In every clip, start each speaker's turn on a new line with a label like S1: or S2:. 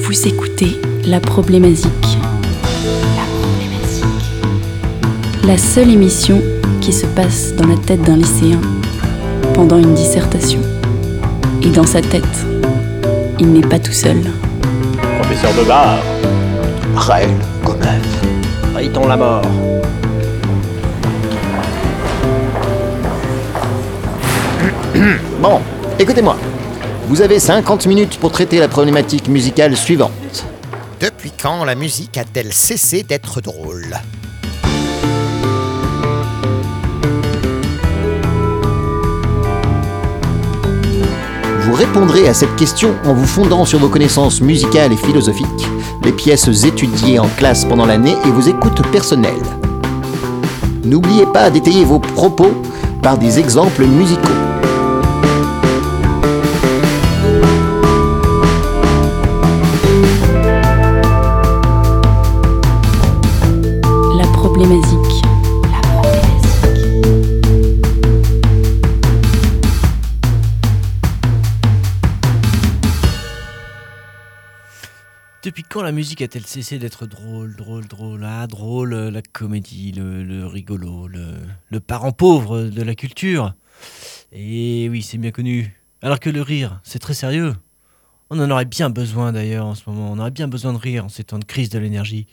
S1: Vous écoutez La Problématique. La Problématique. La seule émission qui se passe dans la tête d'un lycéen pendant une dissertation. Et dans sa tête, il n'est pas tout seul.
S2: Professeur de bar,
S3: Raël Gomez.
S2: Rayton la mort.
S3: Bon, écoutez-moi. Vous avez 50 minutes pour traiter la problématique musicale suivante.
S4: Depuis quand la musique a-t-elle cessé d'être drôle
S3: Vous répondrez à cette question en vous fondant sur vos connaissances musicales et philosophiques, les pièces étudiées en classe pendant l'année et vos écoutes personnelles. N'oubliez pas d'étayer vos propos par des exemples musicaux.
S1: La Problématique. La Problématique.
S5: Depuis quand la musique a-t-elle cessé d'être drôle, drôle, drôle Ah, drôle, euh, la comédie, le, le rigolo, le, le parent pauvre de la culture. Et oui, c'est bien connu. Alors que le rire, c'est très sérieux. On en aurait bien besoin d'ailleurs en ce moment. On aurait bien besoin de rire en ces temps de crise de l'énergie.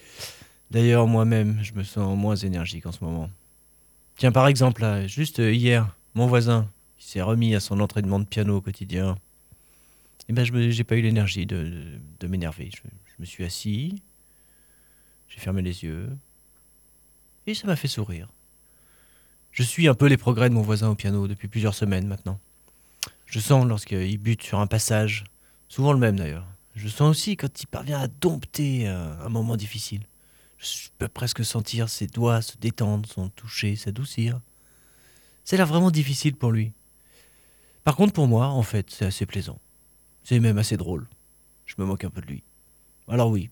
S5: D'ailleurs, moi-même, je me sens moins énergique en ce moment. Tiens, par exemple, là, juste euh, hier, mon voisin, il s'est remis à son entraînement de piano au quotidien. Eh ben, je me- j'ai pas eu l'énergie de, de- de m'énerver. Je, je me suis assis, j'ai fermé les yeux, et ça m'a fait sourire. Je suis un peu les progrès de mon voisin au piano depuis plusieurs semaines maintenant. Je sens lorsqu'il bute sur un passage, souvent le même d'ailleurs. Je sens aussi quand il parvient à dompter euh, un moment difficile. Je peux presque sentir ses doigts se détendre, son toucher s'adoucir. C'est là vraiment difficile pour lui. Par contre, pour moi, en fait, c'est assez plaisant. C'est même assez drôle. Je me moque un peu de lui. Alors oui,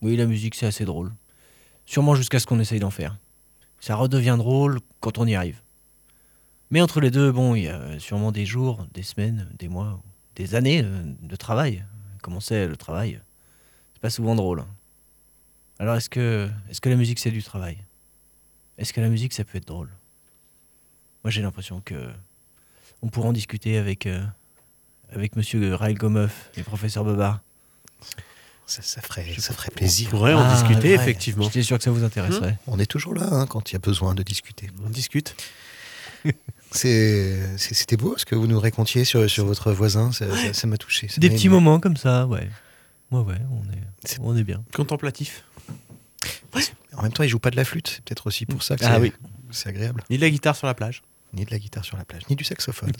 S5: oui, la musique c'est assez drôle. Sûrement jusqu'à ce qu'on essaye d'en faire. Ça redevient drôle quand on y arrive. Mais entre les deux, bon, il y a sûrement des jours, des semaines, des mois, des années euh, de travail. Comment c'est le travail C'est pas souvent drôle. hein. Alors est-ce que, est-ce que la musique c'est du travail Est-ce que la musique ça peut être drôle Moi j'ai l'impression que on pourra en discuter avec euh, avec Monsieur Raël Gomeuf et Professeur Babar.
S4: ça, ça ferait, ça ferait plaisir.
S6: On pourrait en
S5: Ah,
S6: discuter,
S5: ouais.
S6: effectivement. Hmm
S5: J'étais sûr que ça vous intéresserait.
S4: On est toujours là hein, quand il y a besoin de discuter.
S6: On discute.
S4: C'est- c'est- C'était beau ce que vous nous racontiez sur, sur votre voisin. Ça ça- ça m'a touché. ça
S5: Des
S4: m'a
S5: petits
S4: ému.
S5: moments comme ça, ouais. Ouais, ouais, on est,
S4: C'est-
S5: on est bien.
S6: Contemplatif.
S4: En même temps, il joue pas de la flûte. C'est peut-être aussi pour ça que
S6: Ah
S4: c'est-
S6: oui.
S4: c'est agréable.
S6: Ni de la guitare sur la plage.
S4: Ni de la guitare sur la plage, ni du saxophone.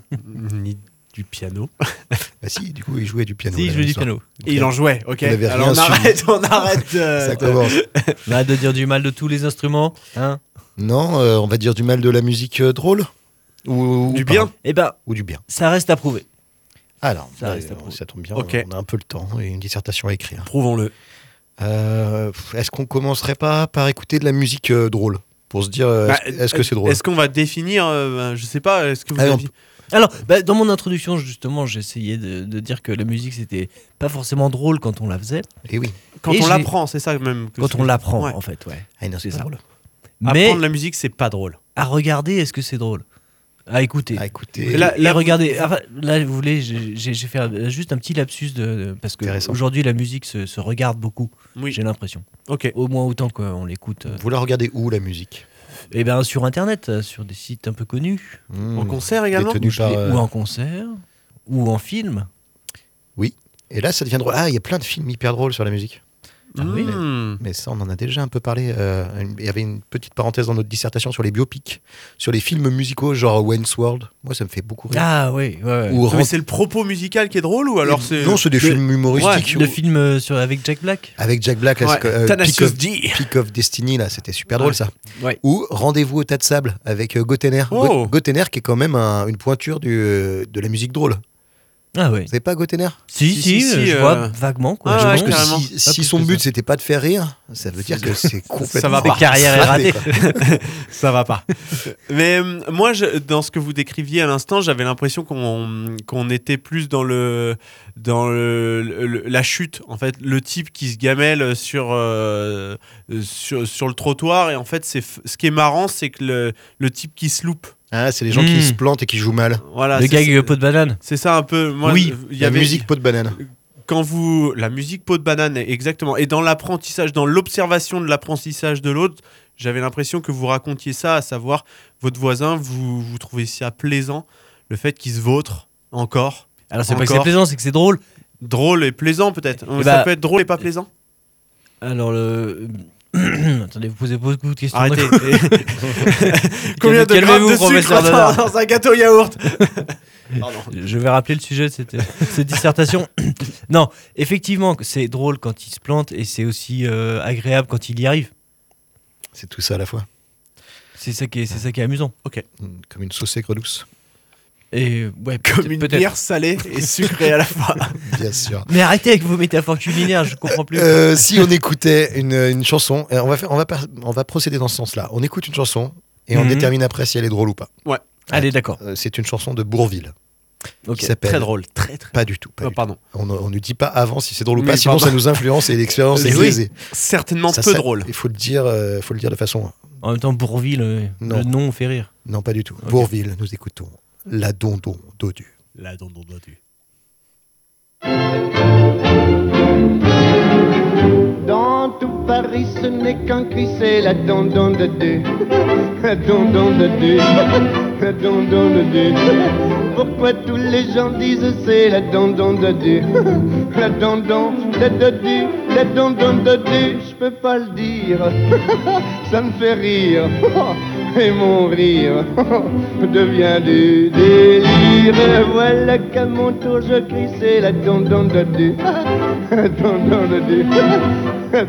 S6: Ni du piano.
S4: bah si, du coup, il jouait du piano.
S5: Si, je
S4: la
S5: veux
S4: même
S5: du
S4: soirée.
S5: piano.
S6: Et il en jouait, ok.
S4: Vous n'avez
S6: Alors on
S4: rien suivi.
S6: arrête, on arrête. euh,
S4: Ça commence.
S5: On a hâte de dire du mal de tous les instruments, hein
S4: Non, euh, on va dire du mal de la musique euh, drôle ou, ou
S6: Du
S4: pas.
S6: bien.
S5: Eh ben,
S4: Ou du bien.
S5: ça reste à prouver.
S4: Alors,
S5: Ça
S4: bah,
S5: reste à
S4: euh,
S5: prouver.
S4: ça tombe bien,
S6: Ok.
S4: on a un peu le temps et une dissertation à écrire.
S6: Prouvons-le.
S4: Euh, pff, est-ce qu'on commencerait pas par écouter de la musique euh, drôle Pour se dire, euh,
S6: Bah,
S4: est-ce est-ce que c'est drôle Ah,
S6: Est-ce qu'on va définir, euh, ben, je sais pas, est-ce que vous
S4: Allez,
S6: avez-
S5: Alors, bah, dans mon introduction, justement, j'essayais de, de dire que la musique, c'était pas forcément drôle quand on la faisait,
S4: Eh oui,
S6: quand
S5: Et
S6: on
S5: j'ai-
S6: l'apprend, c'est ça même. que
S5: quand
S6: c'est-
S5: on l'apprend,
S6: Ouais.
S5: en fait, ouais.
S4: Ah, non, c'est
S5: C'est ça.
S4: drôle.
S5: Mais
S6: Apprendre la musique, c'est pas drôle.
S5: à regarder, est-ce que c'est drôle À écouter.
S4: Ah, écoutez,
S6: Et là-
S5: Et regardez, enfin, là, vous voulez, j'ai j'ai- j'ai fait un- juste un petit lapsus de, de- parce que
S4: Intéressant.
S5: aujourd'hui la musique se, se regarde beaucoup.
S6: Oui.
S5: J'ai l'impression,
S6: Ok.
S5: au moins autant qu'on l'écoute.
S4: vous la regardez où la musique
S5: Et ben sur internet, euh, sur des sites un peu connus,
S4: Hmm.
S6: En concert également.
S4: Détenu par,
S5: Et-
S4: euh,
S5: ou en concert, ou en film.
S4: Et là, ça devient drôle. Ah, il y a plein de films hyper drôles sur la musique. Ah oui,
S6: Mmh.
S4: Mais ça, on en a déjà un peu parlé. euh, une- Il y avait une petite parenthèse dans notre dissertation sur les biopics, sur les films musicaux genre Wayne's World. Moi, ça me fait beaucoup rire.
S5: Ah oui, ouais, ouais.
S4: Ou
S6: Mais
S4: Ren-
S6: c'est le propos musical qui est drôle ou alors c'est.
S4: Non, c'est des
S6: Le-
S4: films humoristiques.
S5: le
S4: ou-
S5: film euh, sur avec Jack Black.
S4: Avec Jack Black, là,
S6: Ouais.
S4: c'est que, euh, Peak,
S6: Thanasis
S4: of,
S6: D.
S4: Peak of Destiny, là, c'était super drôle
S6: Ouais.
S4: ça.
S5: Ouais.
S4: Ou Rendez-vous au tas de sable avec euh, Gotener.
S6: Oh.
S4: Gotener qui est quand même un- une pointure du, euh, de la musique drôle.
S5: Ah ouais.
S4: Vous savez pas Gotener
S5: Si, si,
S6: Si, si,
S5: euh,
S6: si,
S5: je
S6: euh,
S5: vois vaguement quoi.
S6: ah,
S5: Je
S6: ouais,
S5: pense
S4: Parce que
S6: carrément.
S4: si,
S5: Pas
S4: si
S5: plus
S4: son
S5: que
S4: but
S5: ça.
S4: c'était pas de faire rire, ça veut dire que c'est complètement.
S6: va pas.
S4: raté,
S5: Carrière est ratée.
S4: quoi.
S6: Ça va pas. Mais euh, moi, je- dans ce que vous décriviez à l'instant, j'avais l'impression qu'on qu'on était plus dans le dans le, le- la chute. En fait, le type qui se gamelle sur euh, sur, sur le trottoir et en fait, c'est f- ce qui est marrant, c'est que le, le type qui se loupe.
S4: Ah, c'est les gens
S6: Hmm.
S5: Mm.
S4: qui se plantent et qui jouent mal.
S6: Voilà.
S5: le
S6: c'est-
S5: gag
S6: c'est-
S5: euh, pot de banane.
S6: C'est ça un peu. Moi,
S5: Oui,
S6: il y
S4: La
S6: avait
S4: musique peau de banane.
S6: quand vous la musique peau de banane exactement et dans l'apprentissage dans l'observation de l'apprentissage de l'autre j'avais l'impression que vous racontiez ça à savoir votre voisin vous vous trouvez ça plaisant le fait qu'il se vautre encore
S5: Alors c'est pas que c'est
S6: Encore.
S5: plaisant, c'est que c'est drôle.
S6: drôle et plaisant peut-être ça
S5: Eh bah,
S6: peut être drôle et pas plaisant
S5: Alors le. Attendez, vous posez beaucoup de questions.
S6: arrêtez
S5: D'accord.
S6: combien de
S5: Calmez-vous,
S6: grammes de
S5: professeur
S6: sucre
S5: Dada.
S6: dans un gâteau yaourt Pardon.
S5: Je vais rappeler le sujet de cette, cette dissertation. non, effectivement, c'est drôle quand il se plante et c'est aussi euh, agréable quand il y arrive.
S4: C'est tout ça à la fois.
S5: C'est ça qui est, c'est ça qui est amusant.
S4: Mm, Comme une sauce aigre douce.
S5: Et euh, ouais,
S6: comme
S5: peut-être-
S6: une
S5: peut-être.
S6: bière salée et sucrée à la fois
S4: Bien sûr.
S5: Mais arrêtez avec vos métaphores culinaires, je comprends plus.
S4: Euh, si on écoutait une, une chanson, euh, on va, faire, on, va par- on va procéder dans ce sens-là. On écoute une chanson et on
S5: Mhm.
S4: détermine après si elle est drôle ou pas.
S5: Allez, d'accord.
S4: Euh, c'est une chanson de Bourville
S5: Ok.
S4: qui s'appelle.
S6: très drôle très très
S4: Pas du tout. pas
S6: Oh,
S4: du
S6: pardon
S4: tout. On, on ne dit pas avant si c'est drôle ou
S6: Mais
S4: pas, sinon
S6: pardon.
S4: ça nous influence et l'expérience est
S6: Oui.
S4: biaisée.
S6: certainement
S4: Ça,
S6: peu
S4: ça-
S6: drôle
S4: Il faut le dire, euh, faut le dire de façon.
S5: En même temps, Bourville, euh,
S4: Non.
S5: le nom fait rire.
S4: Non, pas du tout. Bourville, nous écoutons la dondon dodu.
S6: la dondon dodue.
S7: Dans tout Paris, ce n'est qu'un cri, c'est la dondon de Dieu. La dondon de Dieu. La dondon de Dieu. Pourquoi tous les gens disent c'est la dondon de Dieu. La dondon de Dieu. La dondon de Dieu. Je peux pas le dire. Ça me fait rire. Et mon rire devient du délire. Voilà qu'à mon tour je crie, c'est la dondon de Dieu. Dondon de Dieu.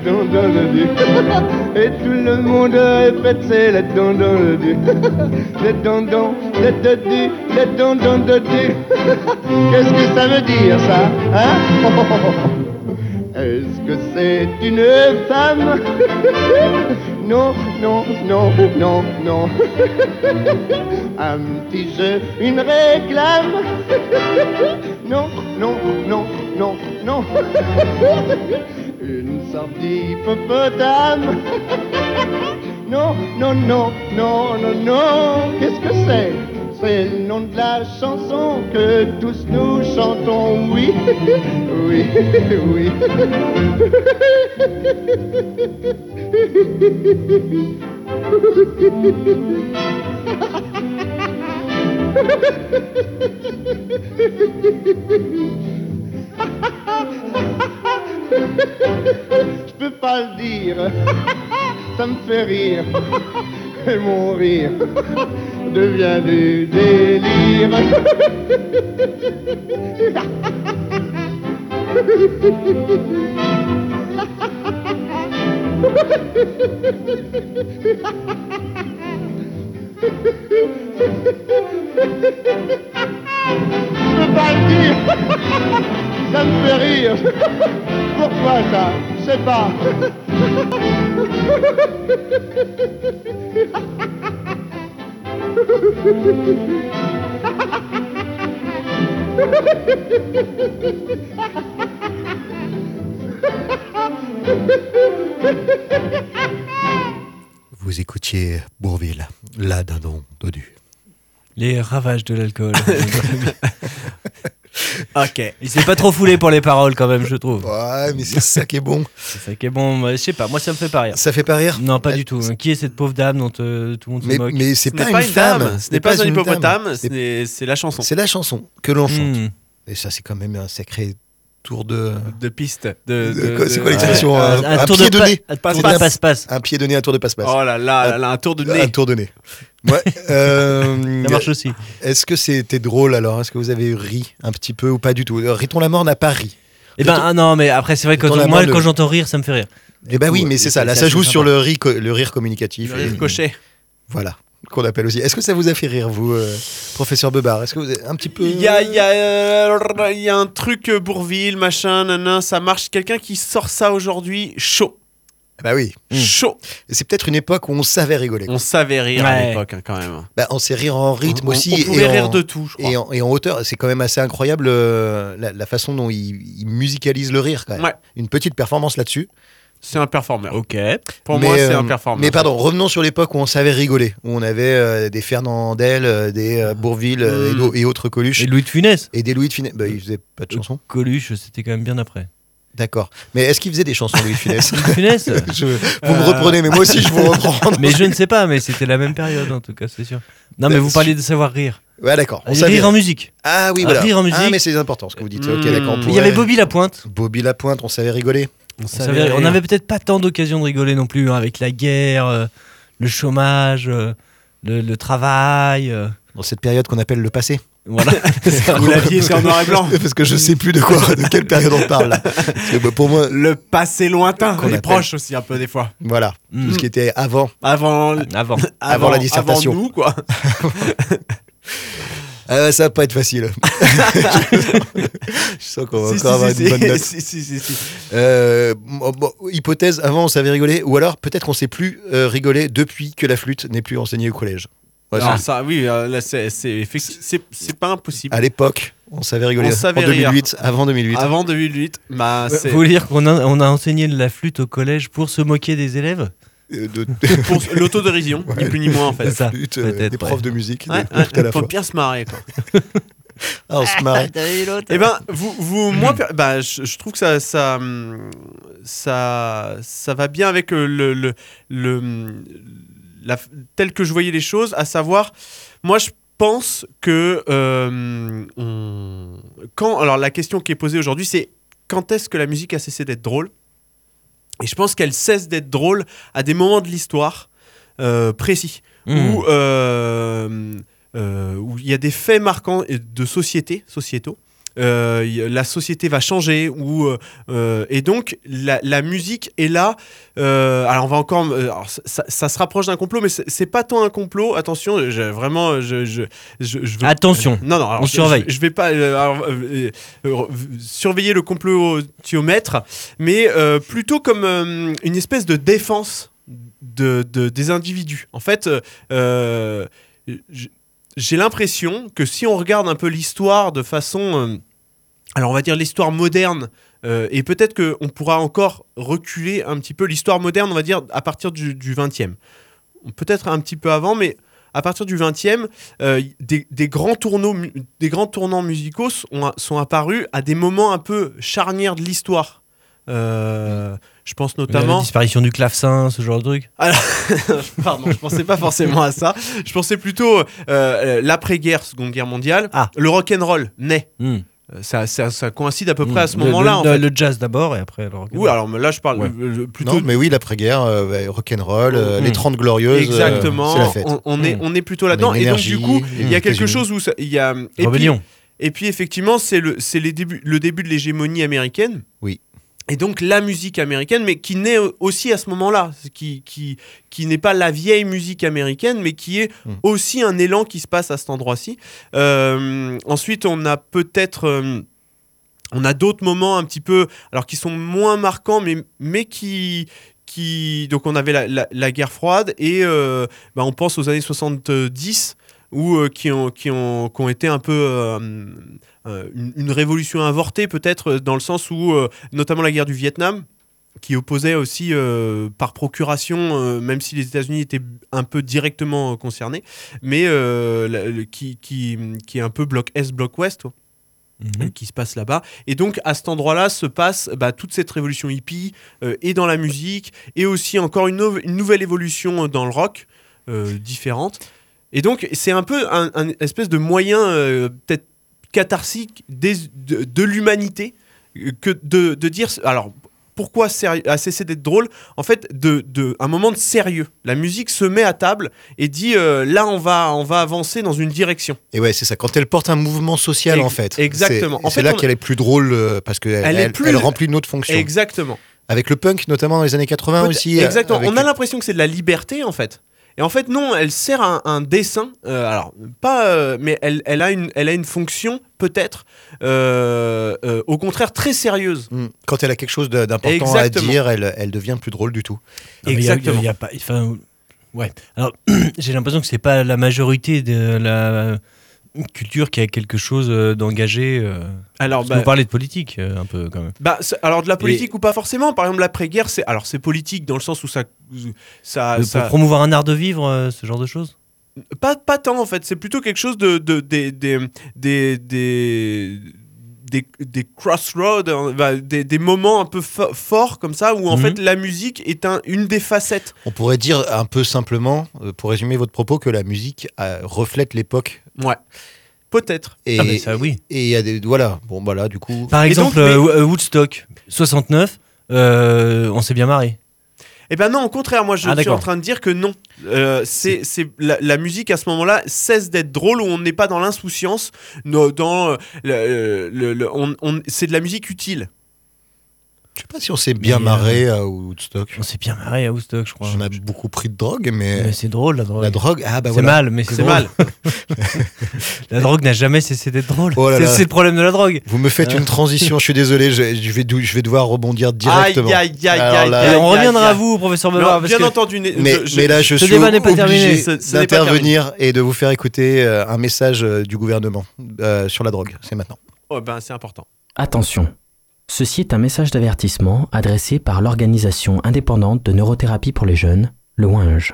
S7: Dondon de Dieu. Et tout le monde répète, c'est la dondon de Dieu. Le dondon de Dieu. Le dondon de Dieu. Qu'est-ce que ça veut dire ça hein Est-ce que c'est une femme Non, non, non, non, non. Un petit jeu, une réclame Non, non, non, non, non. Une sortie hippopotame Non, non, non, non, non, non. Qu'est-ce que c'est C'est le nom de la chanson que tous nous chantons, oui, oui, oui. Je peux pas le dire, ça me fait rire. Et mon rire devient du délire. Je peux pas le dire. Ça me fait rire. Pourquoi ça Je sais pas.
S4: Vous écoutiez Bourville, la dindon dodu.
S5: Les ravages de l'alcool.
S6: ok
S5: il s'est pas trop foulé pour les paroles quand même, je trouve.
S4: Ouais, mais c'est ça qui est bon.
S5: C'est ça qui est bon. moi, Je sais pas, moi ça me fait pas rire.
S4: Ça fait pas rire Euh,
S5: Non, pas du tout. hein. Qui est cette pauvre dame dont euh, tout le monde se
S4: Mais,
S5: moque
S4: mais c'est
S6: ce n'est
S4: pas,
S6: pas
S4: une
S6: une dame
S4: femme.
S6: ce n'est pas un
S4: une
S6: hippopotame
S4: dame.
S6: ce n'est- c'est la chanson
S4: C'est la chanson que l'on chante.
S5: Hmm.
S4: Et ça, c'est quand même un sacré tour de.
S6: de piste. De,
S4: De quoi-
S6: de-
S4: c'est quoi
S6: de-
S4: l'expression,
S6: Ouais.
S4: euh, un pied de
S5: pa-
S4: nez.
S5: un tour
S4: C'est
S5: de
S4: un-
S5: passe-passe.
S4: Un pied donné, un tour de passe-passe.
S6: Oh là là, là là, un tour de
S4: un
S6: nez.
S4: tour de nez. Ouais. euh,
S5: Ça marche aussi.
S4: Est-ce que c'était drôle alors Est-ce que vous avez ri un petit peu ou pas du tout Euh, Riton la mort n'a pas ri.
S5: Eh ben,
S4: Peut-on-
S5: ah non, mais après, c'est vrai que
S4: Peut-on
S5: quand-
S4: la
S5: moi,
S4: main de-
S5: quand j'entends rire, ça me fait rire.
S4: Eh ben oui, mais c'est ça. Là, ça joue
S5: assez
S4: sur le, ri- co- le rire communicatif.
S6: Le
S4: et-
S6: rire Cochet.
S4: Voilà. qu'on appelle aussi. Est-ce que ça vous a fait rire, vous, euh, professeur Bebard Est-ce que vous êtes un petit peu.
S6: Il y a, il y, a, euh, il y a un truc euh, Bourville, machin, nanan, ça marche. Quelqu'un qui sort ça aujourd'hui, chaud.
S4: Bah oui.
S6: Chaud.
S4: Et C'est peut-être une époque où on savait rigoler.
S6: On savait rire à
S5: Ouais.
S6: l'époque, hein, quand même.
S4: Bah, on sait rire en rythme
S6: Mm. on,
S4: aussi.
S6: on pouvait
S4: et en-
S6: rire de tout, je crois.
S4: Et en, et en hauteur, c'est quand même assez incroyable euh, la, la façon dont il, il musicalise le rire quand même.
S6: Ouais.
S4: Une petite performance là-dessus.
S6: C'est un performeur.
S5: Ok.
S6: Pour
S4: Mais,
S6: moi, c'est
S4: euh,
S6: un performeur.
S4: Mais pardon, revenons sur l'époque où on savait rigoler, où on avait euh, des Fernandel, euh, des euh, Bourvil euh, et
S6: Mm.
S4: d'au- et, autres Coluche
S5: Et
S4: et,
S5: Louis de Funès
S4: des Louis de Funès. Bah, il faisait pas de chansons.
S5: Coluche, c'était quand même bien après.
S4: D'accord. Mais est-ce qu'il faisait des chansons Louis de Funès
S5: Louis de Funès
S4: Je- Vous me
S5: Euh,
S4: reprenez, mais moi aussi je vous reprends.
S5: Mais je ne sais pas, mais c'était la même période en tout cas, c'est sûr. Non, mais vous parliez de savoir rire.
S4: Ouais, d'accord. on savait.
S5: Rire en musique.
S4: Ah oui,
S5: Ah,
S4: voilà.
S5: rire en musique.
S4: Ah, mais c'est important ce que vous dites. Ok,
S6: Mm.
S4: d'accord.
S6: Il
S4: on
S6: y
S5: Il
S4: pourrait-
S5: y avait Bobby Lapointe.
S4: Bobby Lapointe, on savait rigoler.
S5: On
S6: savait
S5: savait- On
S6: rire.
S5: n'avait peut-être pas tant d'occasions de rigoler non plus, hein, avec la guerre, euh, le chômage, euh, le, le travail. euh,
S4: Dans cette période qu'on appelle le passé.
S5: voilà.
S6: Vous l'aviez, c'est en noir et blanc.
S4: Parce que je sais plus de quoi, de quelle période on parle. là. Parce que, bah, pour moi,
S6: Le passé lointain,
S4: Qu'on
S6: les
S4: appelle.
S6: proches aussi, un peu des fois.
S4: voilà,
S5: Mm.
S4: tout ce qui était avant.
S6: Avant, Mmh. avant,
S5: Avant.
S4: Avant la dissertation.
S6: Avant nous, quoi.
S4: Euh, ça va pas être facile. je sens qu'on va
S6: Si,
S4: encore avoir
S6: si,
S4: une bonne
S6: si,
S4: note.
S6: si, si, si, si.
S4: Euh, bon, bon, hypothèse, avant on savait rigoler, ou alors peut-être qu'on sait plus euh, rigoler depuis que la flûte n'est plus enseignée au collège. Ouais,
S6: Alors
S4: c'est-
S6: ça, oui, euh, là, c'est c'est effecti- c'est- c'est pas impossible.
S4: à l'époque, on savait rigoler.
S6: On savait Ah.
S4: en 2008, avant 2008.
S6: Avant 2008, bah,
S5: Faut
S6: c'est
S5: vous dire qu'on a, on a enseigné de la flûte au collège pour se moquer des élèves
S4: Euh, de-
S6: pour l'autodérision, ni plus ni moins en fait.
S5: C'est ça.
S4: flûte, euh,
S5: peut-être, ouais.
S4: des profs de musique,
S6: Ouais,
S4: de-
S6: ouais,
S4: tout à la
S6: pour
S4: fois.
S6: bien se marrer. Quoi.
S4: Ah, on se marrait.
S6: Eh ben, vous, vous moi, per- bah, je, je trouve que ça, ça, hum, ça, ça va bien avec euh, le, le, le, hum, la, f- tel que je voyais les choses, à savoir, moi, je pense que euh, on- quand, alors la question qui est posée aujourd'hui, c'est quand est-ce que la musique a cessé d'être drôle Et je pense qu'elle cesse d'être drôle à des moments de l'histoire euh, précis
S5: Mmh.
S6: où euh, euh, où il y a des faits marquants et de société, sociétaux. Euh, y- la société va changer ou euh, euh, et donc la, la musique est là. euh, alors on va encore, euh, alors ça, ça- ça se rapproche d'un complot, mais c'est c'est pas tant un complot. Attention, je- vraiment, je je, je, je veux
S5: Attention.
S6: non, non, alors,
S5: On
S6: je,
S5: surveille.
S6: Je, je vais pas euh, alors, euh, euh, euh, surveiller le complotiomètre, mais euh, plutôt comme euh, une espèce de défense de, de- des individus. En fait, euh, euh, j- j'ai l'impression que si on regarde un peu l'histoire de façon. euh, alors, on va dire l'histoire moderne, euh, et peut-être qu'on pourra encore reculer un petit peu l'histoire moderne, on va dire, à partir du, du 20e. Peut-être un petit peu avant, mais à partir du 20e, euh, des, des grands tourneaux, mu- des grands tournants musicaux sont, sont apparus à des moments un peu charnières de l'histoire. Euh, je pense
S5: La
S6: notamment.
S5: disparition du clavecin, ce genre de truc.
S6: Pardon, je pensais pas forcément à ça. Je pensais plutôt euh, euh, l'après-guerre, Seconde Guerre mondiale.
S5: Ah.
S6: Le rock'n'roll naît.
S5: Mmh.
S6: Euh, Ça, ça, ça coïncide à peu
S5: Mmh.
S6: près à ce
S5: Le-
S6: moment-là.
S5: le-
S6: en
S5: le,
S6: fait.
S5: le jazz d'abord et après le rock.
S6: Oui, alors mais là je parle
S5: Ouais.
S6: euh, euh, plutôt
S4: Non, mais oui, l'après-guerre, euh, bah, rock'n'roll, euh,
S5: Mm.
S4: les 30 glorieuses. euh,
S6: exactement.
S4: c'est la fête.
S6: on, on est
S5: Mmh.
S6: on est plutôt
S4: a
S6: là-dedans.
S4: une
S6: Et donc
S4: énergie, Mm.
S6: du coup,
S4: les
S6: il y a quelque
S4: États-Unis.
S6: chose où ça- il y a et puis,
S5: Rébellion.
S6: Et puis effectivement, c'est le, c'est les débuts, le début de l'hégémonie américaine.
S4: Oui.
S6: Et donc la musique américaine, mais qui naît au- aussi à ce moment-là, ce qui, qui, qui n'est pas la vieille musique américaine, mais qui est
S4: Mm.
S6: aussi un élan qui se passe à cet endroit-ci. Euh, ensuite, on a peut-être... euh, on a d'autres moments un petit peu, alors qui sont moins marquants, mais, mais qui, qui... Donc on avait la, la- la guerre froide, et euh, bah, on pense aux années 70, ou euh, qui, ont, qui, ont, qui ont été un peu euh, euh, une, une révolution avortée peut-être euh, dans le sens où euh, notamment la guerre du Vietnam qui opposait aussi euh, par procuration, euh, même si les États-Unis étaient un peu directement euh, concernés, mais euh, la- le- qui, qui, qui est un peu bloc Est, bloc Ouest, quoi,
S5: Mmh.
S6: qui se passe là-bas. Et donc à cet endroit-là se passe bah, toute cette révolution hippie, euh, et dans la musique, et aussi encore une, nou- une nouvelle évolution euh, dans le rock, euh, différente. Et donc, c'est un peu un, un espèce de moyen euh, peut-être catharsique des- de, de l'humanité euh, que de, de dire. Alors, pourquoi sérieux- à cesser d'être drôle En fait, de, de- un moment de sérieux. La musique se met à table et dit euh, là, on va, on va avancer dans une direction.
S4: Et ouais, c'est ça. Quand elle porte un mouvement social,
S6: Ex-
S4: en fait.
S6: exactement.
S4: C'est-
S6: En
S4: C'est
S6: fait,
S4: là
S6: on-
S4: qu'elle est plus drôle euh, parce qu'elle
S6: Elle est
S4: elle,
S6: plus-
S4: elle remplit une autre fonction.
S6: Exactement.
S4: Avec le punk, notamment dans les années 80
S6: Peut-
S4: aussi. euh,
S6: Exactement.
S4: avec-
S6: On a l'impression que c'est de la liberté en fait. Et en fait, non, elle sert à un, un dessin. euh, alors, pas. euh, mais elle, elle a une, elle a une fonction, peut-être, euh, euh, au contraire, très sérieuse.
S4: Mm. Quand elle a quelque chose de- d'important à
S6: Exactement.
S4: dire, elle, elle devient plus drôle du tout.
S5: Non, mais il y a-
S6: Exactement.
S5: il y a pas- enfin, ouais. Alors, j'ai l'impression que c'est pas la majorité de la culture qui a quelque chose euh, d'engagé. euh.
S6: Alors,
S5: Parce que
S6: bah,
S5: vous parlez de politique, euh, un peu quand même.
S6: Bah, c'est- alors de la politique ou pas forcément. Par exemple, l'après-guerre, c'est alors c'est politique dans le sens où ça, ça,
S5: De-
S6: ça-
S5: Pour promouvoir un art de vivre, euh, ce genre de choses.
S6: pas pas tant en fait. C'est plutôt quelque chose de, de- des des des des des, des crossroads, hein, bah, des, des moments un peu fo- forts comme ça où en
S5: Mhm.
S6: fait la musique est un, une des facettes.
S4: On pourrait dire un peu simplement, euh, pour résumer votre propos, que la musique euh, reflète l'époque.
S6: Ouais, peut-être.
S4: Et
S5: Ah, mais ça, oui.
S4: et il y a des voilà, bon bah là du coup,
S5: Par
S6: Et
S5: exemple,
S6: donc, mais-
S5: euh, Woodstock, 69, euh, on s'est bien marré.
S6: Eh ben non, au contraire, moi je
S5: Ah,
S6: suis
S5: d'accord.
S6: en train de dire que non. Euh, c'est c'est la, la musique à ce moment-là cesse d'être drôle où on n'est pas dans l'insouciance, no- dans euh, le, le- le- on- on- c'est de la musique utile.
S4: je sais pas si on s'est bien
S5: Mais, euh,
S4: marré à Woodstock.
S5: On s'est bien marré à Woodstock, je crois.
S4: On a beaucoup pris de drogue, mais,
S5: Mais c'est drôle, la drogue.
S4: la drogue, ah bah
S5: c'est
S4: voilà.
S5: mal, mais c'est
S6: C'est
S5: drôle.
S6: mal.
S5: La drogue n'a jamais cessé d'être drôle.
S4: Oh là
S5: c'est
S4: là.
S5: c'est le problème de la drogue.
S4: Vous me faites une transition, je suis désolé, je, je vais, dou- je vais devoir rebondir
S6: Euh. Aïe
S4: directement.
S6: aïe aïe aïe.
S4: Alors là-
S6: aïe,
S5: Et on
S6: aïe,
S5: reviendra
S6: aïe.
S5: à vous, professeur
S6: Non,
S5: Bevard, parce
S6: bien
S5: que
S6: entendu. né-
S4: Mais,
S6: je- je-
S4: mais là, je
S5: ce
S4: suis
S5: débat n'est pas terminé.
S4: obligé
S6: Ce- ce n'est pas
S4: d'intervenir et de vous faire écouter euh, un message euh, du gouvernement euh, sur la drogue. C'est maintenant.
S6: Oh, ben, c'est important.
S8: Attention. Ceci est un message d'avertissement adressé par l'organisation indépendante de neurothérapie pour les jeunes, le WINGE.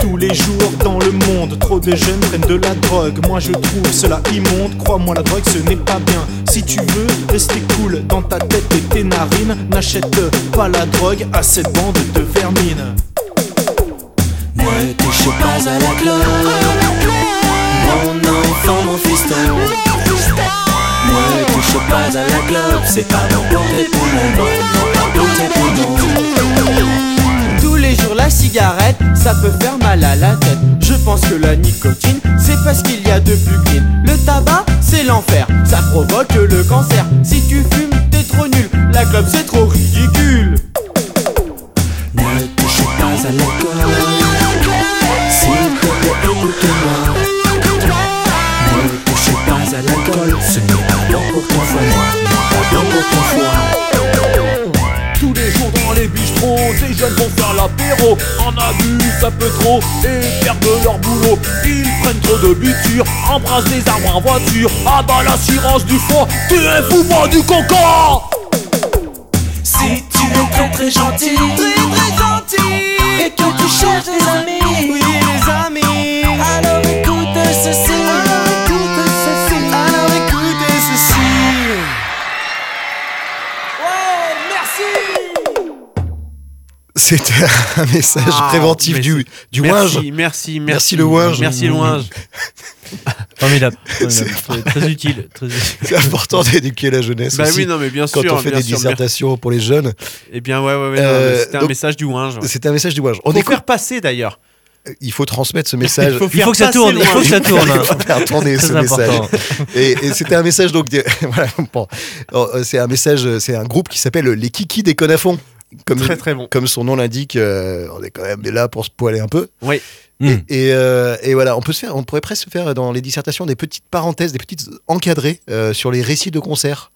S9: Tous les jours dans le monde, trop de jeunes prennent de la drogue. Moi je trouve cela immonde, crois-moi la drogue ce n'est pas bien. Si tu veux rester cool dans ta tête et tes narines, n'achète pas la drogue à cette bande de vermine.
S10: Ne touche pas à la gloire Mon enfant, mon fiston Ne touche pas à la globe, c'est pas bon pour tes poumons, non, non, pour tes poumons. Tous les jours la cigarette, ça peut faire mal à la tête. Je pense que la nicotine, c'est parce qu'il y a de plus clean. Le tabac, c'est l'enfer, ça provoque le cancer. Si tu fumes, t'es trop nul, la globe c'est trop ridicule. Ne touche pas à l'alcool S'il te plaît écoute-moi Ne touche pas à l'alcool Ce n'est pas bon pour ton foie Pas bon pour ton foie
S9: Tous les jours dans les bistrots, des jeunes vont faire l'apéro. En abus, ça peut trop et perdent leur boulot. Ils prennent trop de bitures, embrassent des arbres en voiture. Ah bah l'assurance du fond, tu es fou, bois du coca!
S10: Si tu es très très gentil Très très gentil Et que tu cherches des amis Oui les amis Alors écoute ceci Alors écoute ceci Alors écoute ceci
S4: C'était un message
S6: Ah,
S4: préventif
S6: mais
S4: du, du
S6: merci,
S4: Winge.
S6: merci, merci,
S4: Merci le Winge.
S6: Merci le Winge.
S5: Formidable. formidable. Très utile. Très utile.
S4: C'est important d'éduquer la jeunesse
S6: Bah
S4: aussi.
S6: oui, non, mais bien
S4: quand
S6: sûr.
S4: on fait
S6: bien
S4: des
S6: sûr, bien-
S4: dissertations pour les jeunes,
S6: Eh bien, ouais, ouais, ouais. non,
S4: Euh,
S6: mais C'était un
S4: donc-
S6: message du Winge. ouais.
S4: c'est un message du Winge. On
S6: Faut
S4: écoute-
S6: faire passer d'ailleurs.
S4: Il faut transmettre ce message.
S5: Il
S6: faire
S5: faut que ça
S6: passer
S5: tourne.
S6: le
S5: Il faut que
S6: Winge.
S5: ça tourne. hein.
S4: Il faut faire tourner ce
S5: Très
S4: message.
S5: important.
S4: Et, et c'était un message donc de- voilà, bon. Euh, c'est un message euh, c'est un groupe qui s'appelle les Kiki des Conafons. Comme,
S6: Très très bon.
S4: comme son nom l'indique, euh, on est quand même là pour se poiler un peu.
S6: Oui. Hmm.
S5: Mm.
S4: Et, euh, et voilà, on peut se faire, on pourrait presque faire dans les dissertations des petites parenthèses, des petites encadrées euh, sur les récits de concerts.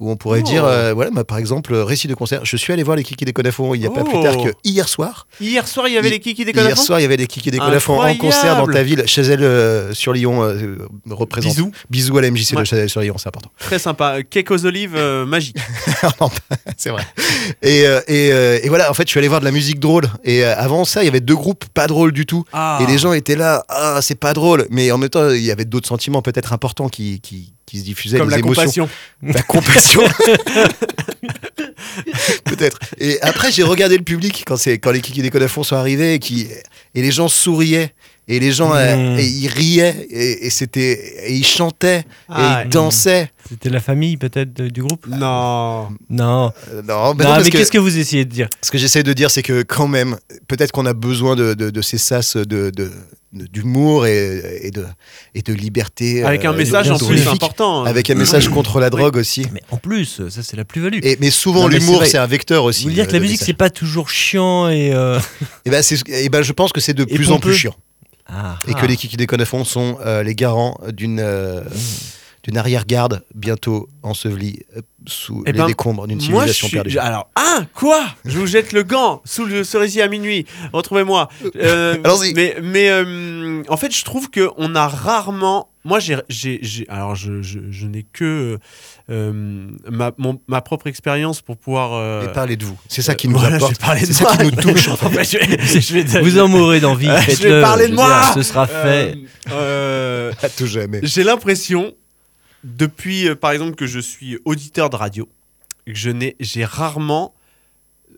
S4: Où on pourrait
S6: Oh.
S4: dire, euh, voilà, bah, par exemple, euh, récit de concert. Je suis allé voir les Kiki des Conafons il n'y a pas plus
S6: Oh.
S4: tard que hier soir.
S6: Hier soir, il y avait
S4: Hi-
S6: les kikis des
S4: Hier
S6: connards.
S4: soir, il y avait les Kiki des Conafons en
S6: Incroyable.
S4: concert dans ta ville, chez elle euh, sur Lyon, euh, euh, représente.
S6: Bisous.
S4: Bisous à la MJC de
S6: Ouais.
S4: chez elle sur Lyon, c'est important.
S6: Très sympa. Cake aux olives, euh, magique.
S4: Non, pas- c'est vrai. Et, euh, et, euh, et voilà, en fait, je suis allé voir de la musique drôle. Et euh, avant ça, il y avait deux groupes pas drôles du tout.
S5: Ah.
S4: Et les gens étaient là, ah, c'est pas drôle. Mais en même temps, il y avait d'autres sentiments peut-être importants qui, qui, qui se diffusaient.
S6: Comme
S4: les
S6: la
S4: émotions.
S6: compassion.
S4: La compassion. peut-être. Et après, j'ai regardé le public quand, c'est, quand les Kiki des Conafons sont arrivés et, qui, et les gens souriaient. Et les gens,
S5: Mmh.
S4: euh, et ils riaient, et, et c'était, et ils chantaient,
S6: Ah,
S4: et ils dansaient.
S5: C'était la famille peut-être de- du groupe
S6: Non.
S5: Non.
S6: Bah
S4: Euh, Non, mais
S5: Non,
S4: non, parce
S5: mais
S4: que
S5: qu'est-ce que vous essayez de dire
S4: ce que j'essaie de dire, c'est que quand même, peut-être qu'on a besoin de, de, de ces sas de, de- de- d'humour et, et de, et de liberté.
S6: Avec
S4: euh,
S6: un message en plus
S4: horrifique.
S6: important. hein.
S4: Avec un message contre la drogue aussi.
S5: Mais en plus, ça c'est la plus-value.
S4: Et, mais souvent,
S5: Non, mais c'est
S4: l'humour,
S5: vrai.
S4: c'est un vecteur aussi.
S5: Vous voulez dire que la
S4: euh, de
S5: musique, c'est
S4: message.
S5: pas toujours chiant et. euh,
S4: Eh ben, c'est. eh ben, je pense que c'est de
S5: Et
S4: plus en plus
S5: pompeux.
S4: chiant.
S5: Ah,
S4: Et que les qui déconnent à fond sont euh, les garants d'une. euh, d'une arrière-garde bientôt ensevelie euh, sous
S6: Eh
S4: les
S6: ben,
S4: décombres d'une
S6: Moi, je
S4: civilisation
S6: suis...
S4: perdue.
S6: Alors, ah, quoi Je vous jette le gant sous le cerisier à minuit. Retrouvez-moi. Euh,
S4: Allons-y.
S6: Mais, mais euh, en fait, je trouve que on a rarement. Moi, j'ai, j'ai, j'ai- alors, je, je, je n'ai que euh, ma, mon- ma propre expérience pour pouvoir. euh,
S4: Et parlez de vous. C'est ça qui nous
S6: voilà,
S4: apporte.
S6: je vais parler de
S4: C'est ça
S6: moi.
S4: qui nous touche. en fait.
S6: En fait, je vais- je vais-
S5: Vous en mourrez d'envie.
S6: Euh, je vais
S5: faites-le,
S6: parler de
S5: veux
S6: moi.
S5: dire, Ce sera
S6: Euh,
S5: fait.
S6: euh,
S4: À tout jamais.
S6: J'ai l'impression, depuis euh, par exemple que je suis auditeur de radio, que je n'ai, j'ai rarement,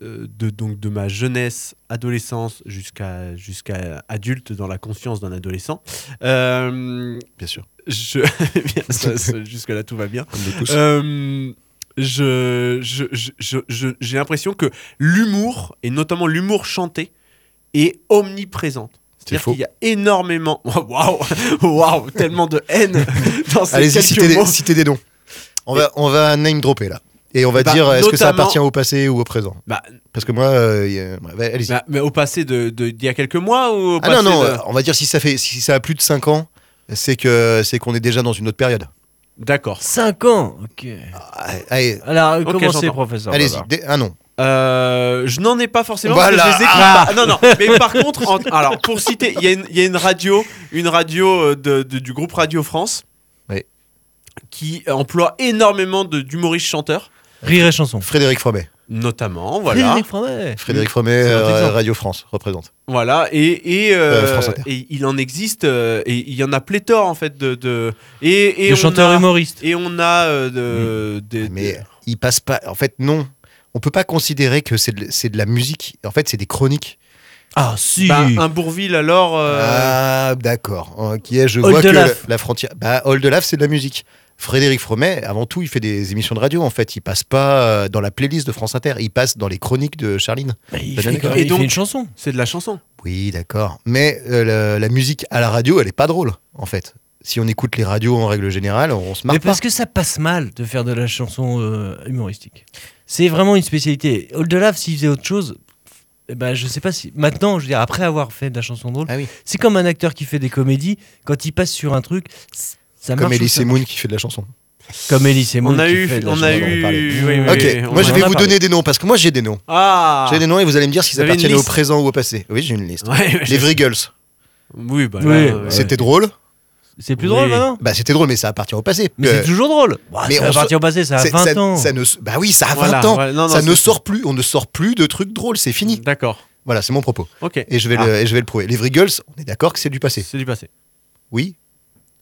S6: euh, de, donc de ma jeunesse, adolescence jusqu'à jusqu'à adulte dans la conscience d'un adolescent, euh,
S4: Bien sûr.
S6: je, bien, ça, ça, jusque-là tout va bien.
S4: Comme nous tous.
S6: Euh, je, je, je- je- je- j'ai l'impression que l'humour, et notamment l'humour chanté, est omniprésente. C'est-à-dire
S4: faux.
S6: qu'il y a énormément. Waouh Waouh Tellement de haine dans ces
S4: Allez-y,
S6: quelques
S4: citez, des-
S6: mots.
S4: citez des dons. On va, on va name dropper là. Et on va
S6: Bah,
S4: dire est-ce que ça
S6: notamment-
S4: appartient au passé ou au présent
S6: Bah,
S4: Parce que moi, euh, y a- ouais, bah, allez-y.
S6: bah, mais au passé de, de- d'il y a quelques mois ou au
S4: ah
S6: passé
S4: non, non,
S6: de-
S4: euh, on va dire si ça, fait, si ça a plus de 5 ans, c'est que c'est qu'on est déjà dans une autre période.
S6: D'accord.
S5: 5 ans Ok.
S4: Ah, Allez,
S5: Alors, commencez,
S6: j'entends.
S5: professeur.
S4: allez-y.
S5: Bavard.
S4: Dé- Ah non.
S6: Euh, je n'en ai pas forcément.
S4: Voilà.
S6: parce que je les écoute
S5: Ah.
S6: pas. Non, non. Mais par contre, en- alors pour citer, il y, a une- il y a une radio, une radio euh, de- de- du groupe Radio France,
S4: Oui.
S6: qui emploie énormément de- d'humoristes chanteurs,
S5: Rire et chanson.
S4: Frédéric Fromet.
S6: notamment, voilà,
S5: Frédéric Fromet.
S4: Frédéric Fromet,
S5: C'est un
S4: euh,
S5: exemple.
S4: Radio France, représente.
S6: voilà. Et et, euh,
S4: Euh, France Inter.
S6: et il en existe, euh, et il y en a pléthore en fait de de et, et
S5: Le
S6: on
S5: chanteur
S6: a-
S5: humoriste.
S6: Et on a euh, de, des-
S5: euh,
S4: Mais il passe pas. En fait, non. On peut pas considérer que c'est de, c'est de la musique. En fait, c'est des chroniques.
S5: Ah, si.
S6: bah, un Bourvil alors. euh,
S4: Ah, d'accord. Ok, je
S5: Old
S4: vois que la,
S5: Laf.
S4: la frontière. Bah, Old Laf, c'est de la musique. Frédéric Fromet, avant tout, il fait des émissions de radio. En fait, il passe pas euh, dans la playlist de France Inter. Il passe dans les chroniques de Charline.
S5: Bah, il
S4: Bah,
S5: fait,
S4: d'accord.
S5: il
S6: Et
S5: fait
S6: donc-
S5: une chanson.
S6: C'est de la chanson.
S4: Oui, d'accord. Mais euh, la, la musique à la radio, elle est pas drôle, en fait. Si on écoute les radios en règle générale, on, on se marre
S5: Mais parce que ça passe mal de faire de la chanson euh, humoristique. C'est vraiment une spécialité. Au-delà, s'il faisait autre chose, eh ben, je sais pas si. Maintenant, je veux dire, après avoir fait de la chanson drôle,
S4: Ah oui.
S5: c'est comme un acteur qui fait des comédies, quand il passe sur un truc, c- ça
S4: pas. Comme
S5: marche. ou
S4: Elise
S5: ça marche
S4: Moon qui fait de la chanson.
S5: pas. Comme Elie Semoun
S6: on a
S5: qui
S6: eu,
S5: fait de la
S6: on
S5: chanson.
S6: a
S4: on en
S6: eu.
S4: parlait.
S6: oui, oui,
S4: ok,
S6: oui, on
S4: moi je
S6: en
S4: vais
S6: a
S4: vous
S6: parlé.
S4: donner des noms parce que moi j'ai des noms.
S6: Ah.
S4: J'ai des noms et vous allez me dire si ça
S6: Vous avez une
S4: appartient au
S6: liste
S4: présent ou au passé. Oui, j'ai une liste.
S6: Ouais, ouais,
S4: Les Vrigals,
S6: Oui, bah là,
S5: Oui.
S6: euh,
S4: c'était drôle.
S5: C'est plus
S6: Oui.
S5: drôle maintenant
S4: Bah c'était drôle, mais ça appartient au passé.
S5: Mais
S4: Euh,
S5: c'est toujours drôle. Bah,
S4: mais
S5: ça
S4: on
S5: va
S4: se-
S5: partir au passé, ça a
S4: C'est-
S5: 20
S4: ça,
S5: ans.
S4: ça ne, s- bah oui, ça a 20
S6: Voilà,
S4: ans.
S6: voilà. Non, non,
S4: ça ne
S6: c'est-
S4: sort plus. On ne sort plus de trucs drôles. C'est fini.
S6: D'accord.
S4: Voilà, c'est mon propos.
S6: Ok.
S4: Et je vais,
S6: Ah,
S4: le, et je vais le prouver. Les Vrigals, on est d'accord que c'est du passé.
S6: C'est du passé.
S4: Oui,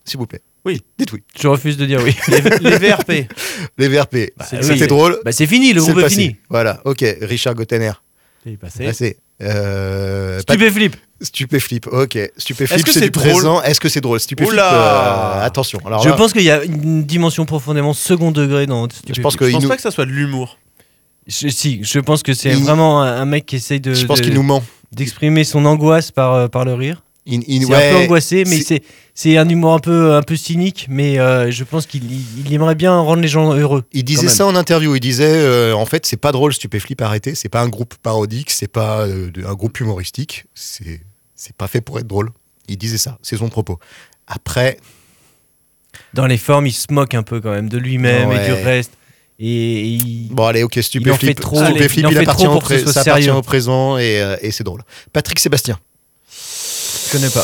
S4: s'il vous plaît.
S6: Oui.
S4: Dites oui.
S5: Je refuse de dire oui.
S6: Les VRP.
S4: Les VRP,
S5: c'est-
S4: c'était
S5: oui.
S4: drôle.
S5: bah, c'est fini, le
S4: c'est
S5: groupe
S4: le
S5: est
S4: passé. Bah,
S5: fini.
S4: Voilà, ok. Richard Gottener,
S6: C'est du passé.
S4: passé. Euh,
S5: Tu fais flip.
S4: pas- Stupéflip, ok.
S6: Est-ce
S4: Stupéflip,
S6: que
S4: c'est
S6: c'est
S4: du
S6: drôle
S4: présent. Est-ce que c'est drôle Stupéflip,
S6: Oula
S4: euh, attention. Alors
S5: Je
S4: là,
S5: pense qu'il y a une dimension profondément second degré dans.
S4: je pense
S6: Je
S4: qu'il
S6: pense
S4: nous,
S6: pas que ça soit de l'humour.
S5: Je- si, je pense que c'est
S4: Il-
S5: vraiment un, un mec qui essaye de,
S4: je pense
S5: de-
S4: qu'il nous ment.
S5: d'exprimer son angoisse par, euh, par le rire.
S4: Il- il-
S5: C'est
S4: ouais,
S5: un peu angoissé, mais c'est
S4: c'est-
S5: c'est un humour un peu, un peu cynique, mais euh, je pense qu'il il- il aimerait bien rendre les gens heureux.
S4: Il
S5: Quand
S4: disait
S5: même.
S4: ça en interview. Il disait euh, en fait, c'est pas drôle, Stupéflip, arrêtez. C'est pas un groupe parodique, c'est pas euh, de- un groupe humoristique. C'est c'est pas fait pour être drôle. Il disait ça, c'est son propos. Après,
S5: Dans les formes, il se moque un peu quand même de lui-même et du
S4: Ouais.
S5: reste. Et, et il-
S4: bon, allez, ok,
S5: en fait
S4: Stupéflip,
S5: trop,
S4: Stupéflip,
S5: il en
S4: il
S5: fait
S4: appartient
S5: trop
S4: au
S5: pour que ce
S4: pré-
S5: soit
S4: ça appartient
S5: sérieux.
S4: au présent et, euh, et c'est drôle. Patrick Sébastien,
S5: je connais pas.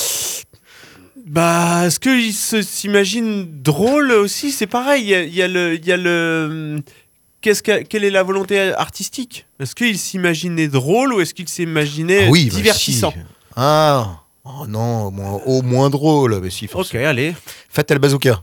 S6: Bah, est-ce qu'il se- s'imagine drôle aussi C'est pareil. Il y a- il y, a le, il y a le. hmm, Qu'est-ce qu'a- quelle est la volonté artistique Est-ce qu'il s'imaginait drôle ou est-ce qu'il s'imaginait
S4: Ah oui, bah
S6: divertissant
S4: si. Ah, oh non, au moins, au moins drôle, mais si.
S6: Ok,
S4: forcément.
S6: allez.
S4: Fatal Bazooka.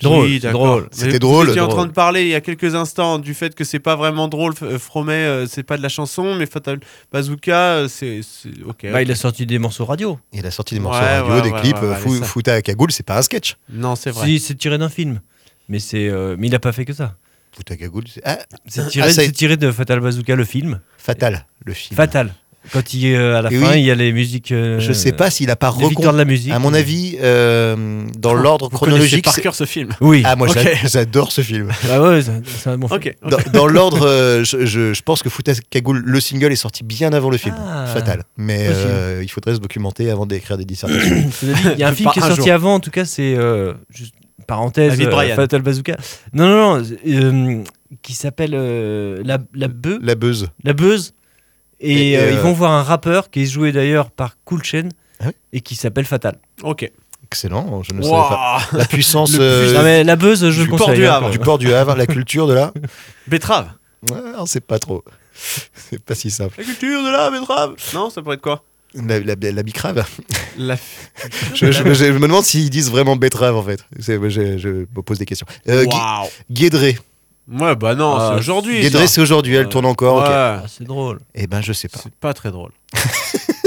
S5: Drôle,
S6: Oui, d'accord.
S5: drôle.
S6: Mais
S4: C'était drôle,
S6: Vous étiez en
S4: drôle.
S6: train de parler il y a quelques instants du fait que c'est pas vraiment drôle. F- euh, Fromet, euh, c'est pas de la chanson, mais Fatal Bazooka, euh, c'est c'est- ok.
S5: Bah, il a sorti des morceaux radio.
S4: Il a sorti des morceaux
S6: Ouais,
S4: radio,
S6: ouais,
S4: des
S6: ouais,
S4: clips.
S6: ouais, ouais,
S4: Fou-
S6: ça.
S4: Fouta à cagoule, c'est pas un sketch.
S6: Non, c'est vrai.
S5: Si, C'est tiré d'un film. Mais, c'est, euh, mais il n'a pas fait que ça.
S4: Fouta à cagoule, c'est ah,
S5: C'est tiré,
S4: Ah, ça a
S5: c'est
S4: été-
S5: tiré de Fatal Bazooka, le film.
S4: fatal le film.
S5: Fatal. Quand il est euh, à la
S4: Et
S5: fin,
S4: oui.
S5: il y a les musiques. euh,
S4: Je sais pas s'il a pas
S5: les victoires
S4: recon.
S5: de la musique.
S4: À mon avis, euh, dans l'ordre
S6: Vous connaissez
S4: chronologique.
S6: par
S4: c'est-
S6: cœur ce film.
S5: Oui.
S4: Ah, moi j'a-
S6: Ok.
S4: j'adore ce film.
S5: Ah ouais, c'est c'est un bon film.
S6: Ok.
S4: Dans, dans l'ordre, euh, je, je- je pense que Fouta Cagoule, le single est sorti bien avant le film.
S5: Ah.
S4: Fatal. Mais
S5: Possible.
S4: euh, il faudrait se documenter avant d'écrire des dissertations.
S5: Cela dit, Il y a un film
S6: Par
S5: qui est
S6: un
S5: sorti
S6: jour.
S5: avant, en tout cas, c'est. euh, juste une parenthèse.
S6: David
S5: euh,
S6: Bryan.
S5: Fatal Bazooka. Non, non, non. euh, qui s'appelle euh, La, la Beu.
S4: La buzz.
S5: la buzz. Et,
S4: Et,
S5: euh,
S4: euh,
S5: ils vont voir un rappeur qui est joué d'ailleurs par Cool Chain
S4: Ah oui
S5: et qui s'appelle Fatal.
S6: Ok.
S4: Excellent, je ne savais pas.
S6: Wouah.
S4: La puissance
S6: Le
S4: euh,
S5: Non, mais la buzz, je
S6: du
S5: le
S6: port
S5: conseille.
S6: du
S5: hein,
S6: Havre.
S5: quand
S4: du
S5: même.
S4: port du Havre, la culture de là.
S6: Betterave.
S4: Ouais, on sait pas trop. C'est pas si simple.
S6: La culture de la betterave. Non, ça pourrait être quoi
S4: La, la, la bicrave.
S6: La.
S4: Je, je- je me demande s'ils disent vraiment betterave en fait. C'est- Je, je me pose des questions. Euh, Gui-
S6: Waouh.
S4: Guédré.
S6: Ouais, bah non,
S5: Ah,
S6: c'est aujourd'hui.
S4: Guédré,
S6: ça.
S4: c'est aujourd'hui, elle tourne encore. ok.
S6: Ouais.
S5: Ah, c'est drôle.
S4: Eh ben, je sais pas.
S6: C'est pas très drôle.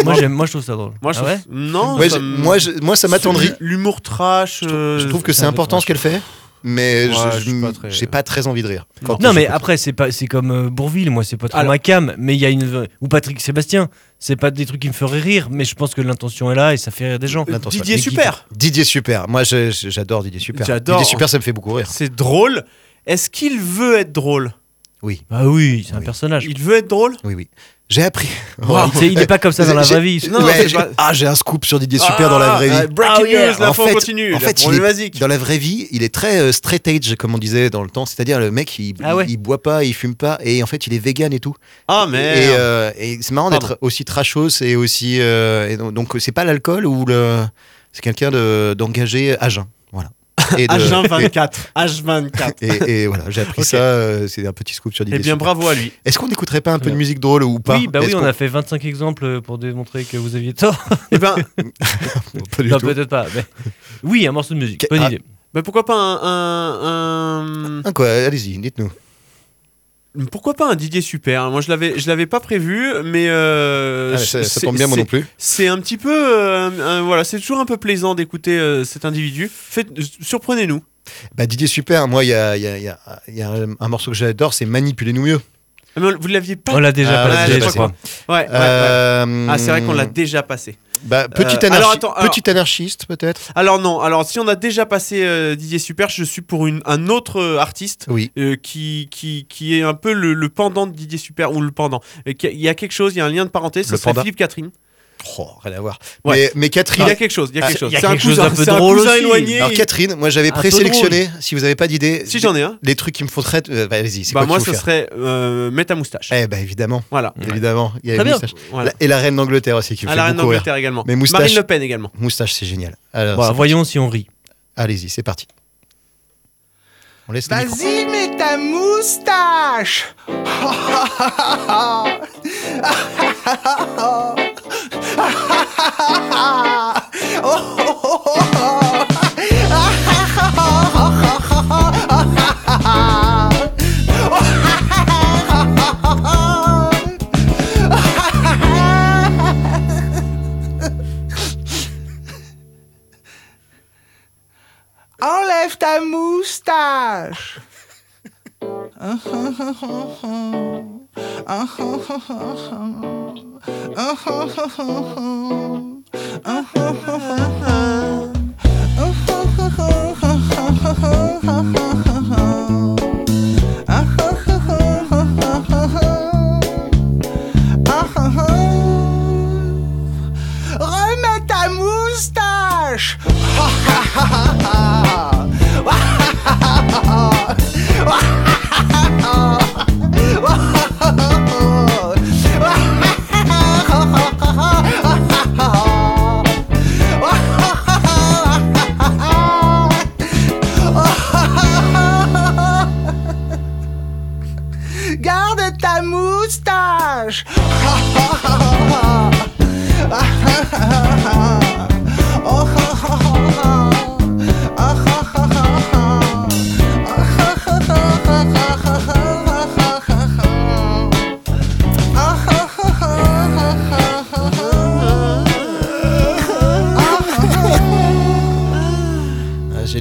S5: moi, j'aime, moi, je trouve ça drôle.
S6: Moi, je
S5: Ah
S6: trouve-
S5: ouais
S6: non.
S4: Ouais,
S6: ça
S4: je-
S6: me-
S4: moi, je- moi, ça m'attendrit.
S6: L'humour trash. euh,
S4: Je trouve que c'est
S5: ça,
S4: important ce qu'elle fait, mais
S6: Ouais,
S4: je-
S6: je suis pas
S4: je
S6: très- Mm.
S4: j'ai pas très envie de rire. Quand
S5: Non,
S4: je-
S5: mais après, c'est, pas, c'est comme euh, Bourville, moi, c'est pas trop
S6: Alors-
S5: ma cam, mais il y a une. Ou Patrick Sébastien, c'est pas des trucs qui me feraient rire, mais je pense que l'intention est là et ça fait rire des gens.
S4: L'intention. Attention,
S6: Euh, Didier
S5: les
S6: Super.
S4: Didier Super. Moi, je- je- j'adore Didier Super.
S6: J'adore.
S4: Didier Super, ça me fait beaucoup rire.
S6: C'est drôle. Est-ce qu'il veut être drôle
S5: Bah oui, c'est un
S4: Oui.
S5: personnage.
S6: Il veut être drôle
S4: Oui, oui. J'ai appris.
S5: Tu sais, il est pas comme ça dans la
S4: J'ai-
S5: vraie vie.
S6: Non, non,
S4: Ouais,
S6: c'est
S4: j'ai-
S6: pas-
S4: Ah, j'ai un scoop sur Didier Super dans la vraie vie.
S6: Ah, breaking
S5: Ah, yeah.
S6: news, la
S4: En
S6: fois
S4: fait-
S6: on continue. la
S4: en fait, il est-
S6: problématique.
S4: Dans la vraie vie, il est très euh, straight edge, comme on disait dans le temps. C'est-à-dire, le mec, il,
S5: Ah ouais.
S4: il, il boit pas, il fume pas, et en fait, il est vegan et tout.
S6: Ah,
S4: Et,
S6: mais.
S4: euh, et c'est marrant
S6: Pardon.
S4: d'être aussi trashos et aussi. euh, et donc, donc, c'est pas l'alcool ou le. C'est quelqu'un de- d'engagé à jeun. Voilà. Et de-
S6: H24. H24.
S4: Et, et- et voilà, j'ai appris
S6: Ok.
S4: ça. euh, c'est un petit scoop sur Didier
S6: Eh bien,
S4: Super.
S6: bravo à lui.
S4: Est-ce qu'on n'écouterait pas un peu de musique drôle ou pas
S5: Oui, bah
S4: Est-ce
S5: oui, on
S4: qu'on-
S5: a fait 25 exemples euh, pour démontrer que vous aviez tort.
S6: Eh ben,
S4: Pas du
S5: Non,
S4: tout.
S5: peut-être pas. Mais... Oui, un morceau de musique.
S4: Qu'est-
S5: Bonne
S4: ah,
S5: idée.
S6: ben, pourquoi pas un, un-
S4: Ah, quoi, allez-y, dites-nous.
S6: un- pourquoi pas un Didier Super Moi, je l'avais, je l'avais pas prévu, mais euh,
S4: Ah,
S6: je-
S4: ça, ça
S6: c'est-
S4: tombe bien, moi
S6: c'est-
S4: non plus.
S6: C'est un petit peu, euh, euh, voilà, c'est toujours un peu plaisant d'écouter euh, cet individu. Faites- euh, surprenez-nous.
S4: Bah, Didier Super, moi, il y a, il y a- il y a- il y a un, un morceau que j'adore, c'est Manipulez-nous mieux.
S6: Ah, mais on- vous l'aviez pas.
S5: On l'a déjà
S4: Ah, on l'a
S5: passé,
S4: déjà
S5: je
S4: passé.
S5: crois.
S6: Ouais, ouais, ouais.
S4: Euh,
S6: Ah, c'est vrai qu'on l'a déjà passé.
S4: Bah, petit,
S6: Euh, alors,
S4: anarchi-
S6: attends, alors-
S4: petit anarchiste, peut-être
S6: Alors non, alors si on a déjà passé euh, Didier Super, je suis pour une, un autre euh, artiste
S4: Oui.
S6: euh, qui, qui, qui est un peu le, le pendant de Didier Super, ou le pendant. Et qui- Il y a quelque chose, il y a un lien de parenté,
S4: Le
S6: ce serait
S4: panda.
S6: Philippe Catherine.
S4: Oh, rien à voir.
S6: Ouais.
S4: Mais, mais
S6: Il
S4: Catherine.
S6: y a quelque chose, il y a
S4: Ah,
S6: quelque chose.
S5: il y a
S6: C'est un
S5: quelque chose
S6: cousin,
S5: d'un peu
S6: c'est un
S5: drôle
S6: cousin
S5: aussi.
S6: éloigné.
S4: Alors, Catherine, moi, j'avais
S5: peu
S4: présélectionné, si vous n'avez pas d'idée,
S6: Si j'en ai un,
S4: les trucs qui me font très. euh, bah, allez-y, c'est
S6: bah
S4: quoi
S6: moi
S4: qu'il
S6: ce
S4: faut
S6: serait euh, Mets ta moustache.
S4: faire Eh, bah, évidemment.
S6: Voilà.
S4: Évidemment. Il y a
S5: Très
S4: les
S5: bien.
S4: moustaches.
S6: voilà.
S4: La- Et la reine d'Angleterre aussi, qui me
S6: À
S4: fait
S6: la reine
S4: beaucoup rire.
S6: d'Angleterre également.
S4: Mais moustache.
S6: Marine Le Pen également.
S4: Moustache, c'est génial. Alors,
S5: Bon,
S4: c'est-
S5: voyons si on rit.
S4: Allez-y, c'est parti. On laisse le micro.
S11: Vas-y, mets ta moustache Enlève ta moustache. Remets ta moustache. Garde ta moustache.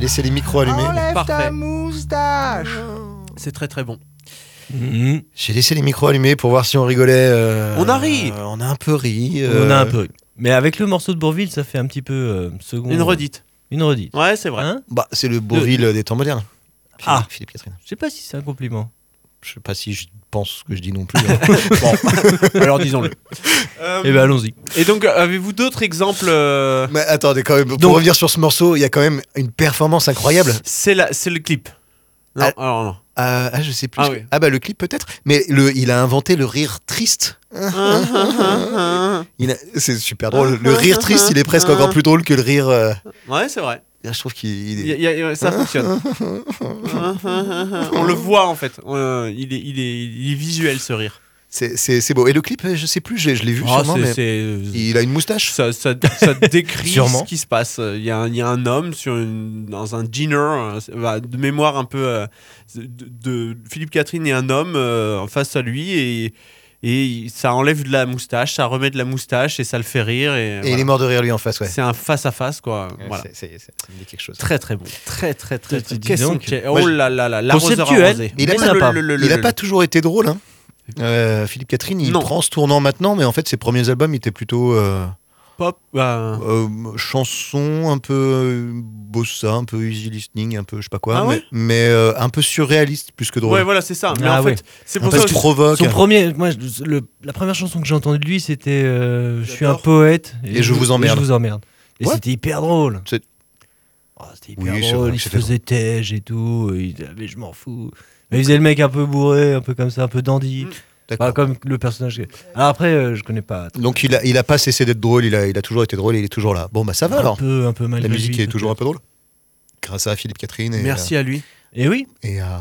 S4: laisser Ah, les micros
S6: Oh
S4: allumés.
S12: Enlève
S6: Parfait.
S12: ta moustache.
S6: C'est très très bon.
S4: J'ai laissé les micros allumés pour voir si on rigolait. euh,
S6: On a ri.
S4: euh, on a un peu ri.
S5: On a
S4: euh,
S5: un peu. Mais avec le morceau de Bourville, ça fait un petit peu euh, second.
S6: Une redite.
S5: Une redite.
S6: Ouais, c'est vrai.
S5: Hein
S4: Bah, c'est le Beauville des temps modernes. Philippe-
S5: Ah.
S4: Philippe Catherine.
S5: Je sais pas si c'est un compliment.
S4: Je sais pas si je pense que je dis non plus. hein.
S6: Alors disons-le. Euh,
S5: Eh ben allons-y.
S6: Et donc, euh, avez-vous d'autres exemples euh,
S4: Mais attendez, quand même, pour
S6: Donc-
S4: revenir sur ce morceau, il y a quand même une performance incroyable.
S6: C'est la, c'est le clip. Non,
S4: Ah.
S6: alors non.
S4: Euh, ah, je sais plus.
S6: Ah
S4: ce que-
S6: oui.
S4: bah, le clip peut-être. Mais le, il a inventé le rire triste. Il a- C'est super drôle. Le rire triste, il est presque encore plus drôle que le rire. euh,
S6: ouais, c'est vrai.
S4: Je trouve qu'il.
S6: Il
S4: il
S6: y
S4: est-
S6: a- il y a- il y a- ça fonctionne. On le voit en fait. On- il, est, il, est, il est visuel ce rire.
S4: C'est c'est- c'est beau. Et le clip, euh, je sais plus, je, je l'ai vu
S6: Ah,
S4: sûrement,
S6: c'est-
S4: mais
S6: c'est-
S4: il a une moustache.
S6: ça, ça- ça décrit
S5: Sûrement.
S6: ce qui se passe. Il y a un, il y a un homme sur une- dans un dîner, euh, c'est- bah, de mémoire un peu euh, de, de Philippe Catherine et un homme euh, face à lui et, et ça enlève de la moustache, ça remet de la moustache et ça le fait rire. Et,
S4: Et
S6: voilà.
S4: il est mort de rire lui en face, ouais.
S6: C'est euh, un face à face quoi. Voilà.
S4: C'est- c'est- c'est- ça me dit quelque chose.
S6: Très très bon. Très très très.
S5: Tu- tu dis
S6: Qu'est-ce
S5: donc.
S6: qu'il y a
S4: Moi,
S6: Oh
S4: je-
S6: là là là. L'arroseur
S5: Conceptuel.
S6: arrosé.
S4: Il a,
S5: Mais
S4: pas,
S5: sympa.
S4: le- le- le- il a pas toujours été drôle, hein. Euh, Philippe Catherine, il
S6: Non.
S4: prend ce tournant maintenant, mais en fait, ses premiers albums étaient plutôt euh,
S6: Pop. bah,
S4: euh, chansons, un peu euh, bossa, un peu easy listening, un peu je sais pas quoi,
S6: Ah
S4: mais,
S6: ouais
S4: mais, euh, un peu surréaliste plus que drôle.
S6: Ouais voilà c'est ça. Mais
S5: Ah
S6: en
S5: ouais.
S6: fait c'est
S4: un
S6: pour
S4: peu
S6: ça.
S4: se
S6: aussi-
S4: provoque.
S5: Son premier, moi, je- le- la première chanson que j'ai entendue de lui, c'était euh, Je suis un
S6: J'adore.
S5: poète
S4: Et je vous emmerde.
S5: je vous emmerde. Et
S4: Ouais.
S5: c'était hyper drôle.
S4: C'est-
S5: Oh, c'était
S4: Oui,
S5: hyper
S4: c'est vrai
S5: drôle.
S4: que
S5: Il se
S4: c'était
S5: faisait têche et tout. et il disait, Ah, mais je m'en fous. Mais il faisait le mec un peu bourré, un peu comme ça, un peu dandy.
S6: Mm.
S4: D'accord.
S5: Bah, comme le personnage. que- Alors après, euh, je connais pas.
S4: Donc il a, il a pas cessé d'être drôle, il a, il a toujours été drôle et il est toujours là. Bon bah ça va
S5: un
S4: alors.
S5: peu, un peu mal.
S4: La musique est toujours un peu drôle. Grâce à Philippe Catherine et,
S6: Merci à lui.
S5: Et oui.
S4: à, et à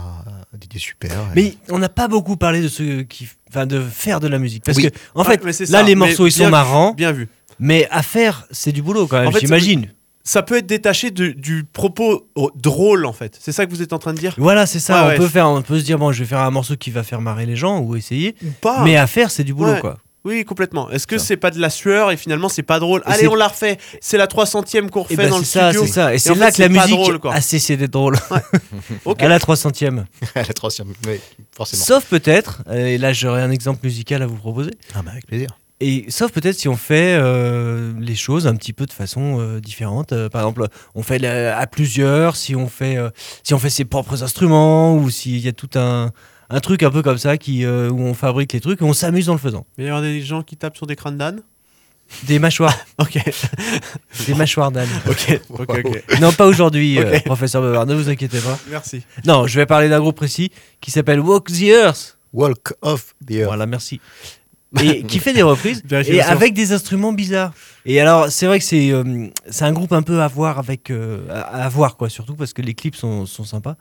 S4: Didier Super. et-
S5: Mais on n'a pas beaucoup parlé de ce qui, enfin, de faire de la musique. Parce
S4: Oui.
S5: que, en
S6: Ouais,
S5: fait,
S6: Ah, mais c'est
S5: là,
S6: ça.
S5: les
S6: Mais
S5: morceaux, ils
S6: bien
S5: sont
S6: vu,
S5: marrants.
S6: Bien vu.
S5: Mais à faire, c'est du boulot quand même,
S6: En fait,
S5: j'imagine.
S6: ça peut être détaché de- du propos au- drôle en fait. C'est ça que vous êtes en train de dire
S5: Voilà, c'est ça.
S6: Ouais,
S5: on
S6: ouais,
S5: peut
S6: je-
S5: faire, on peut se dire bon, je vais faire un morceau qui va faire marrer les gens ou essayer.
S6: Ou pas
S5: Mais à faire, c'est du boulot
S6: Ah. Ouais.
S5: quoi.
S6: Oui, complètement. Est-ce que
S5: Ça.
S6: c'est pas de la sueur et finalement c'est pas drôle
S5: Et
S6: Allez,
S5: c'est-
S6: on la refait. C'est la 300ème qu'on refait
S5: Et ben,
S6: dans
S5: c'est
S6: le
S5: ça,
S6: studio.
S5: c'est ça. Et, c'est
S6: en
S5: là
S6: fait,
S5: que la
S6: pas
S5: musique
S6: drôle, quoi.
S5: a cessé d'être drôle.
S6: Ok.
S5: À la 300e.
S4: à la troisième, oui, forcément.
S5: Sauf peut-être, euh, et là j'aurais un exemple musical à vous proposer.
S4: Ah bah avec plaisir.
S5: Et sauf peut-être si on fait euh, les choses un petit peu de façon euh, différente. Euh, par exemple, on fait la- à plusieurs, si on fait, euh, si on fait ses propres instruments, ou s'il y a tout un, un truc un peu comme ça qui, euh, où on fabrique les trucs et on s'amuse en le faisant.
S6: Il va y avoir des gens qui tapent sur des crânes d'âne.
S5: Des mâchoires,
S6: Ok,
S5: des mâchoires d'âne.
S6: ok, ok, ok.
S5: Non, pas aujourd'hui, euh, professeur Bavard, ne vous inquiétez pas.
S6: Merci.
S5: Non, je vais parler d'un groupe précis qui s'appelle Walk the Earth.
S4: Walk off the earth.
S5: Voilà, merci. Et qui fait des reprises et
S6: Vérification.
S5: avec des instruments bizarres. Et alors, c'est vrai que c'est euh, c'est un groupe un peu à voir avec euh, à, à voir quoi, surtout parce que les clips sont, sont sympas.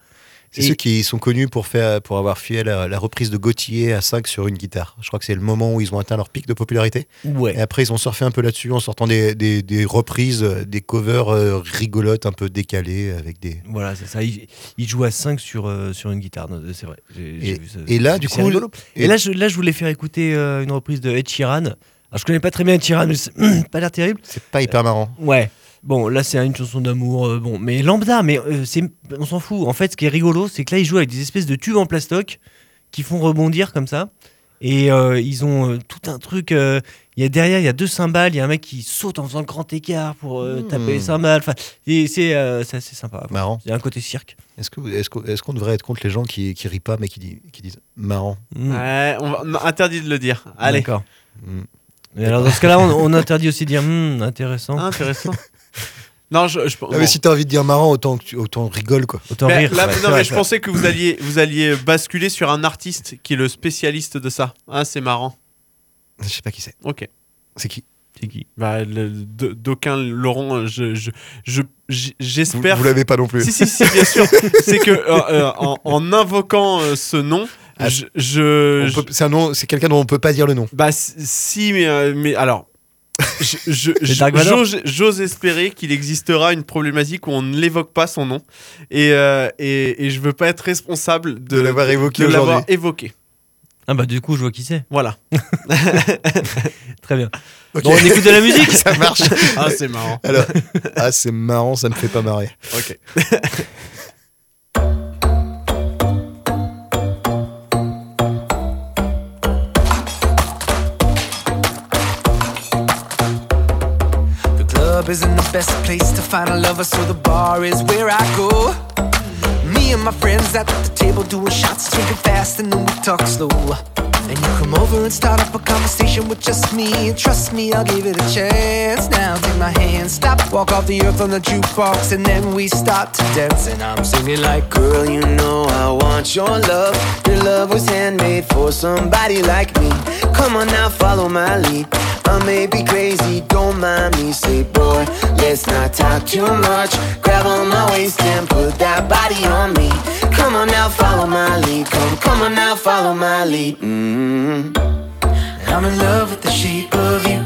S4: C'est
S5: Et-
S4: ceux qui sont connus pour, faire, pour avoir fait la, la reprise de Gauthier à 5 sur une guitare. Je crois que c'est le moment où ils ont atteint leur pic de popularité. Et
S5: Ouais.
S4: après, ils ont surfé un peu là-dessus en sortant des, des- des reprises, euh, des covers euh, rigolotes, un peu décalées. Avec des...
S5: Voilà, c'est ça. Ils, ils jouent à 5 sur euh, sur une guitare, non, c'est vrai. J'ai- j'ai vu ça.
S4: Et là, du
S5: C'est
S4: coup,
S5: rigolo.
S4: et-
S5: Et là, je, là, je voulais faire écouter euh, une reprise de Ed Sheeran. Alors, je connais pas très bien Ed Sheeran, mais c'est pas l'air terrible.
S4: c'est pas hyper marrant.
S5: Ouais. Bon, là, c'est une chanson d'amour, euh, bon, mais lambda, mais euh, c'est, on s'en fout. En fait, ce qui est rigolo, c'est que là, ils jouent avec des espèces de tubes en plastoc qui font rebondir comme ça. Et euh, ils ont euh, tout un truc. euh, Il y a derrière, il y a deux cymbales. Il y a un mec qui saute en faisant le grand écart pour euh,
S4: Hmm.
S5: taper les cymbales. Enfin, et c'est, euh, c'est assez sympa. quoi.
S4: Marrant.
S5: Il y a un côté cirque.
S4: Est-ce que- est-ce qu'on est qu'on devrait être contre les gens qui, qui rient pas, mais qui, di- qui disent marrant
S5: Hmm.
S6: Ouais, on va- non, interdit de le dire. Allez.
S5: D'accord.
S4: Hmm.
S5: Et alors, dans ce cas-là, on, on interdit aussi de dire hmm,
S6: Ah.
S5: intéressant.
S6: Intéressant. non, je. je bon.
S4: Ah, mais si t'as envie de dire marrant, autant, que tu- autant rigole, quoi.
S5: Autant
S6: Mais
S5: rire.
S6: Bah, là,
S5: ouais,
S6: non,
S5: c'est
S6: mais
S5: vrai,
S6: je
S5: ça.
S6: pensais que vous alliez, vous alliez basculer sur un artiste qui est le spécialiste de ça. Ah, c'est marrant.
S4: Je sais pas qui c'est.
S6: Ok.
S4: C'est qui
S6: C'est qui bah, le- d- D'aucuns l'auront. je- je- je- j-
S4: Vous,
S6: J'espère.
S4: vous l'avez pas non plus.
S6: si, si, si, bien sûr. C'est que euh, euh, en, en invoquant euh, ce nom,
S4: Ah,
S6: je. je-
S4: On
S6: je-
S4: peut- C'est un nom- c'est quelqu'un dont on peut pas dire le nom.
S6: bah, si, mais, euh, mais alors. je- je- je-
S5: Dark Vador
S6: j'ose- J'ose espérer qu'il existera une problématique où on ne l'évoque pas son nom et, euh, et, et je veux pas être responsable de,
S4: De l'avoir évoqué
S6: de l'avoir
S4: aujourd'hui.
S6: évoqué.
S5: Ah bah du coup, je vois qui c'est.
S6: Voilà.
S5: Très bien.
S4: Ok.
S5: Bon, on écoute de la musique
S4: Ça marche.
S6: Ah, c'est marrant.
S4: Alors, ah, c'est marrant, ça ne fait pas marrer.
S6: Ok.
S13: The club isn't the best place to find a lover, so the bar is where I go. Me and my friends at the table doing shots, drinking fast, and then we talk slow. And you come over and start up a conversation with just me, and trust me, I'll give it a chance. Now take my hand, stop, walk off the earth on the jukebox, and then we start to dance. And I'm singing like, girl, you know I want your love. Your love was handmade for somebody like me. Come on now, follow my lead. I may be crazy, don't mind me. Say, boy, let's not talk too much. Grab on my waist and put that body on me. Come on now, follow my lead. Come, come on now, follow my lead. mm I'm in love with the shape of you.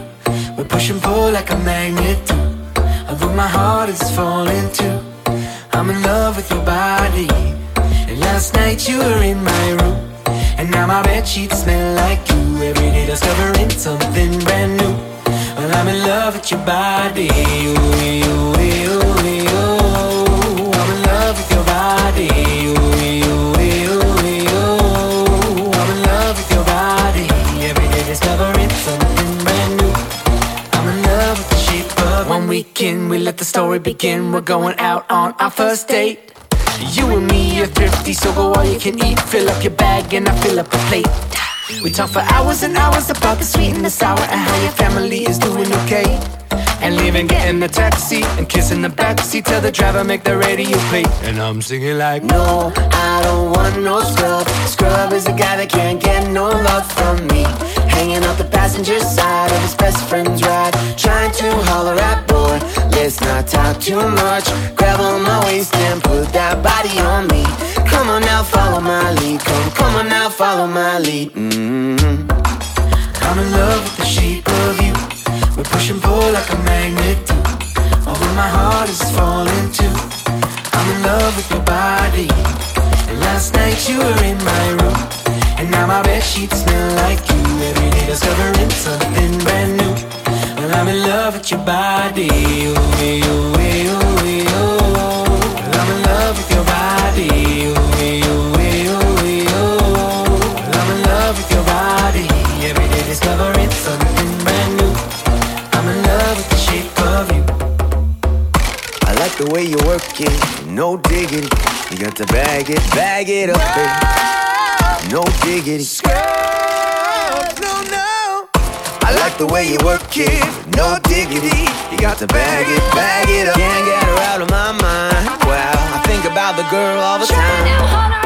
S13: We push and pull like a magnet do. Although my heart is falling too. I'm in love with your body. And last night you were in my room. And now my bed sheets smell like you. Every day discovering something brand new. Well, I'm in love with your body. Ooh, ooh, ooh, ooh, ooh. I'm in love with your body. Ooh, ooh, ooh, ooh. I'm in love with your body. Every day discovering something brand new. I'm in love with the shape of one weekend. We let the story begin. We're going out on our first date. You and me are thrifty, so go all you can eat. Fill up your bag and I fill up a plate. We talk for hours and hours about the sweet and the sour and how your family is doing okay. And leaving, getting the taxi and kissing the backseat. Tell the driver make the radio play. And I'm singing like, No, I don't want no scrub. Scrub is a guy that can't get no love from me. Hanging out the passenger side of his best friend's ride, trying to holler at boy. Let's not talk too much. Grab on my waist and put that body on me. Come on now, follow my lead. Come, come on now, follow my lead. mm I'm in love with the shape of you. We push and pull like a magnet do. Although my heart is falling too. I'm in love with your body. And last night you were in my room. And now my bed sheets smell like you. Every day discovering something brand new. Well, I'm in love with your body. Ooh, ooh, ooh, ooh, ooh. Well, I'm in love with your body. Ooh, ooh, ooh, ooh, ooh. Well, I'm in love with your body. Every day discovering something brand new. I'm in love with the shape of you. I like the way you work it, no diggity. You got to bag it, bag it up, baby. No diggity. no, no. I like the way you work it, no diggity. You got to bag it, bag it up. Can't get her out of my mind. Wow, I think about the girl all the time.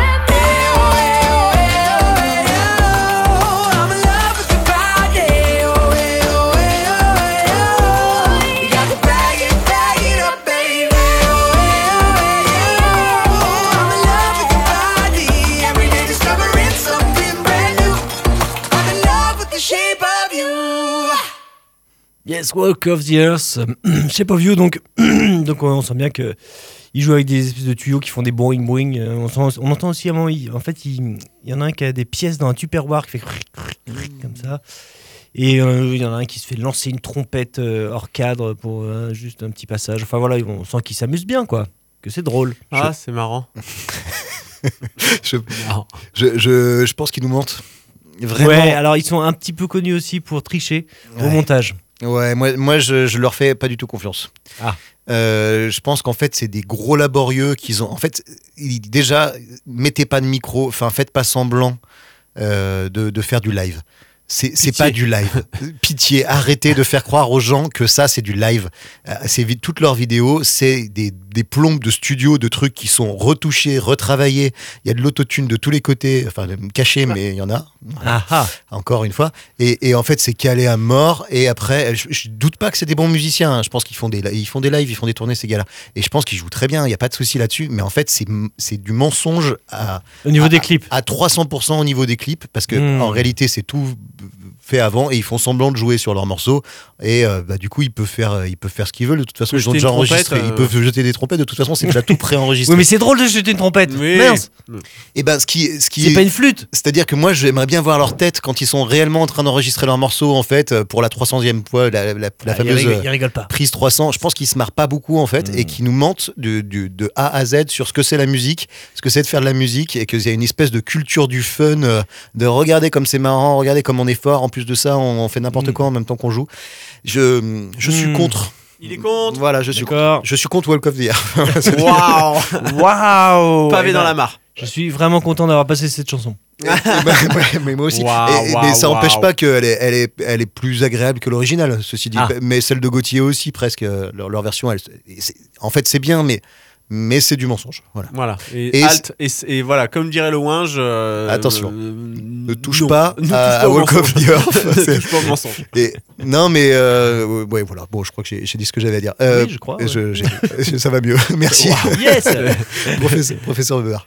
S13: I'm in love with your body. You got to bag it, bag it up, baby. I'm in love with your body. Every day discovering something brand new. I'm in love with the shape of you.
S5: Yes, Walk of the Earth, euh, Shape of You. Donc, donc on, on sent bien que il joue avec des espèces de tuyaux qui font des boing boing. Euh, On, sent- on entend aussi à un moment, il- en fait, il, il y en a un qui a des pièces dans un tupperware qui fait comme ça. Et euh, il y en a un qui se fait lancer une trompette euh, hors cadre pour euh, juste un petit passage. Enfin voilà, on sent qu'il s'amuse bien, quoi. Que c'est drôle.
S6: Ah, c'est marrant.
S4: Je, je, je, je pense qu'il nous mente. Vraiment.
S5: Ouais, alors ils sont un petit peu connus aussi pour tricher au
S4: Ouais.
S5: montage.
S4: Ouais, moi, moi je, je leur fais pas du tout confiance.
S5: Ah.
S4: Euh, je pense qu'en fait, c'est des gros laborieux qu'ils ont. En fait, ils- déjà, mettez pas de micro, enfin, faites pas semblant euh, de, de faire du live. C'est c'est
S6: Pitié.
S4: pas du live. Pitié, arrêtez de faire croire aux gens que ça, c'est du live. Euh, c'est vi- Toutes leurs vidéos, c'est des, des plombes de studio, de trucs qui sont retouchés, retravaillés. Il y a de l'autotune de tous les côtés, enfin, caché, mais il y en a
S5: Ah ah
S4: encore une fois. Et, et en fait, c'est calé à mort. Et après, je, je doute pas que c'est des bons musiciens. hein. Je pense qu'ils font des, li- ils font des lives, ils font des tournées, ces gars-là. Et je pense qu'ils jouent très bien. Il n'y a pas de souci là-dessus. Mais en fait, c'est m- c'est du mensonge à,
S5: Au niveau
S4: à-
S5: des clips.
S4: à 300% au niveau des clips. Parce que
S5: Hmm.
S4: en réalité, c'est tout fait avant et ils font semblant de jouer sur leur morceau et euh, bah, du coup ils peuvent faire euh, ils peuvent faire ce qu'ils veulent de toute façon
S6: Peut
S4: ils ont
S6: jeter
S4: déjà
S6: une trompette,
S4: enregistré
S6: euh.
S4: ils peuvent jeter des trompettes de toute façon Ah, c'est déjà tout préenregistré
S14: Oui, mais c'est drôle de jeter une trompette. Mince.
S4: et ben ce qui ce qui
S14: C'est pas une flûte
S4: c'est-à-dire que moi j'aimerais bien voir leur tête quand ils sont réellement en train d'enregistrer leur morceau en fait euh, pour la 300e fois la, la- la
S14: Ah, il Hmm.
S4: fameuse
S14: rigole-
S4: euh,
S14: il rigole pas.
S4: prise 300 je pense qu'ils se marrent pas beaucoup en fait et qu'ils nous mentent de, du- de A à Z sur ce que c'est la musique ce que c'est de faire de la musique et qu'il y a une espèce de culture du fun euh, de regarder comme c'est marrant regarder comme on est fort en plus de ça on, on fait
S14: Hmm.
S4: n'importe quoi en même temps qu'on joue je, je suis
S6: Mm.
S4: contre
S6: Il est contre.
S4: voilà je suis contre, je suis contre Walk of the Year
S6: Waouh
S4: Oh,
S14: Waouh
S6: Pavé
S14: Eh
S6: dans
S14: ben,
S6: la mare.
S14: Je suis vraiment content d'avoir passé cette chanson.
S4: Ouais, mais moi aussi. Et- et- mais ça n'empêche pas qu'elle est, elle est, elle est plus agréable que l'original, ceci dit.
S14: Ah.
S4: Mais celle de Gauthier aussi, presque. euh, Leur, leur version, elle, c'est- en fait, c'est bien, mais, mais c'est du mensonge. Voilà.
S6: Voilà. Et,
S4: Et
S6: alt, et, c- et voilà, comme dirait le Winge. euh,
S4: Attention.
S6: euh,
S4: Ne touche
S6: non.
S4: pas
S6: Ne touche
S4: à,
S6: pas
S4: à
S6: au
S4: Walk of
S6: mensonge.
S4: the Earth.
S6: Ne
S4: C'est-
S6: touche pas au mensonge.
S4: Et- non, mais euh, ouais, voilà. Bon, je crois que j'ai j'ai dit ce que j'avais à dire. Euh,
S6: Oui, je crois,
S4: je- j'ai- ça va mieux. Merci.
S6: Waouh, yes
S4: professeur, professeur Weber.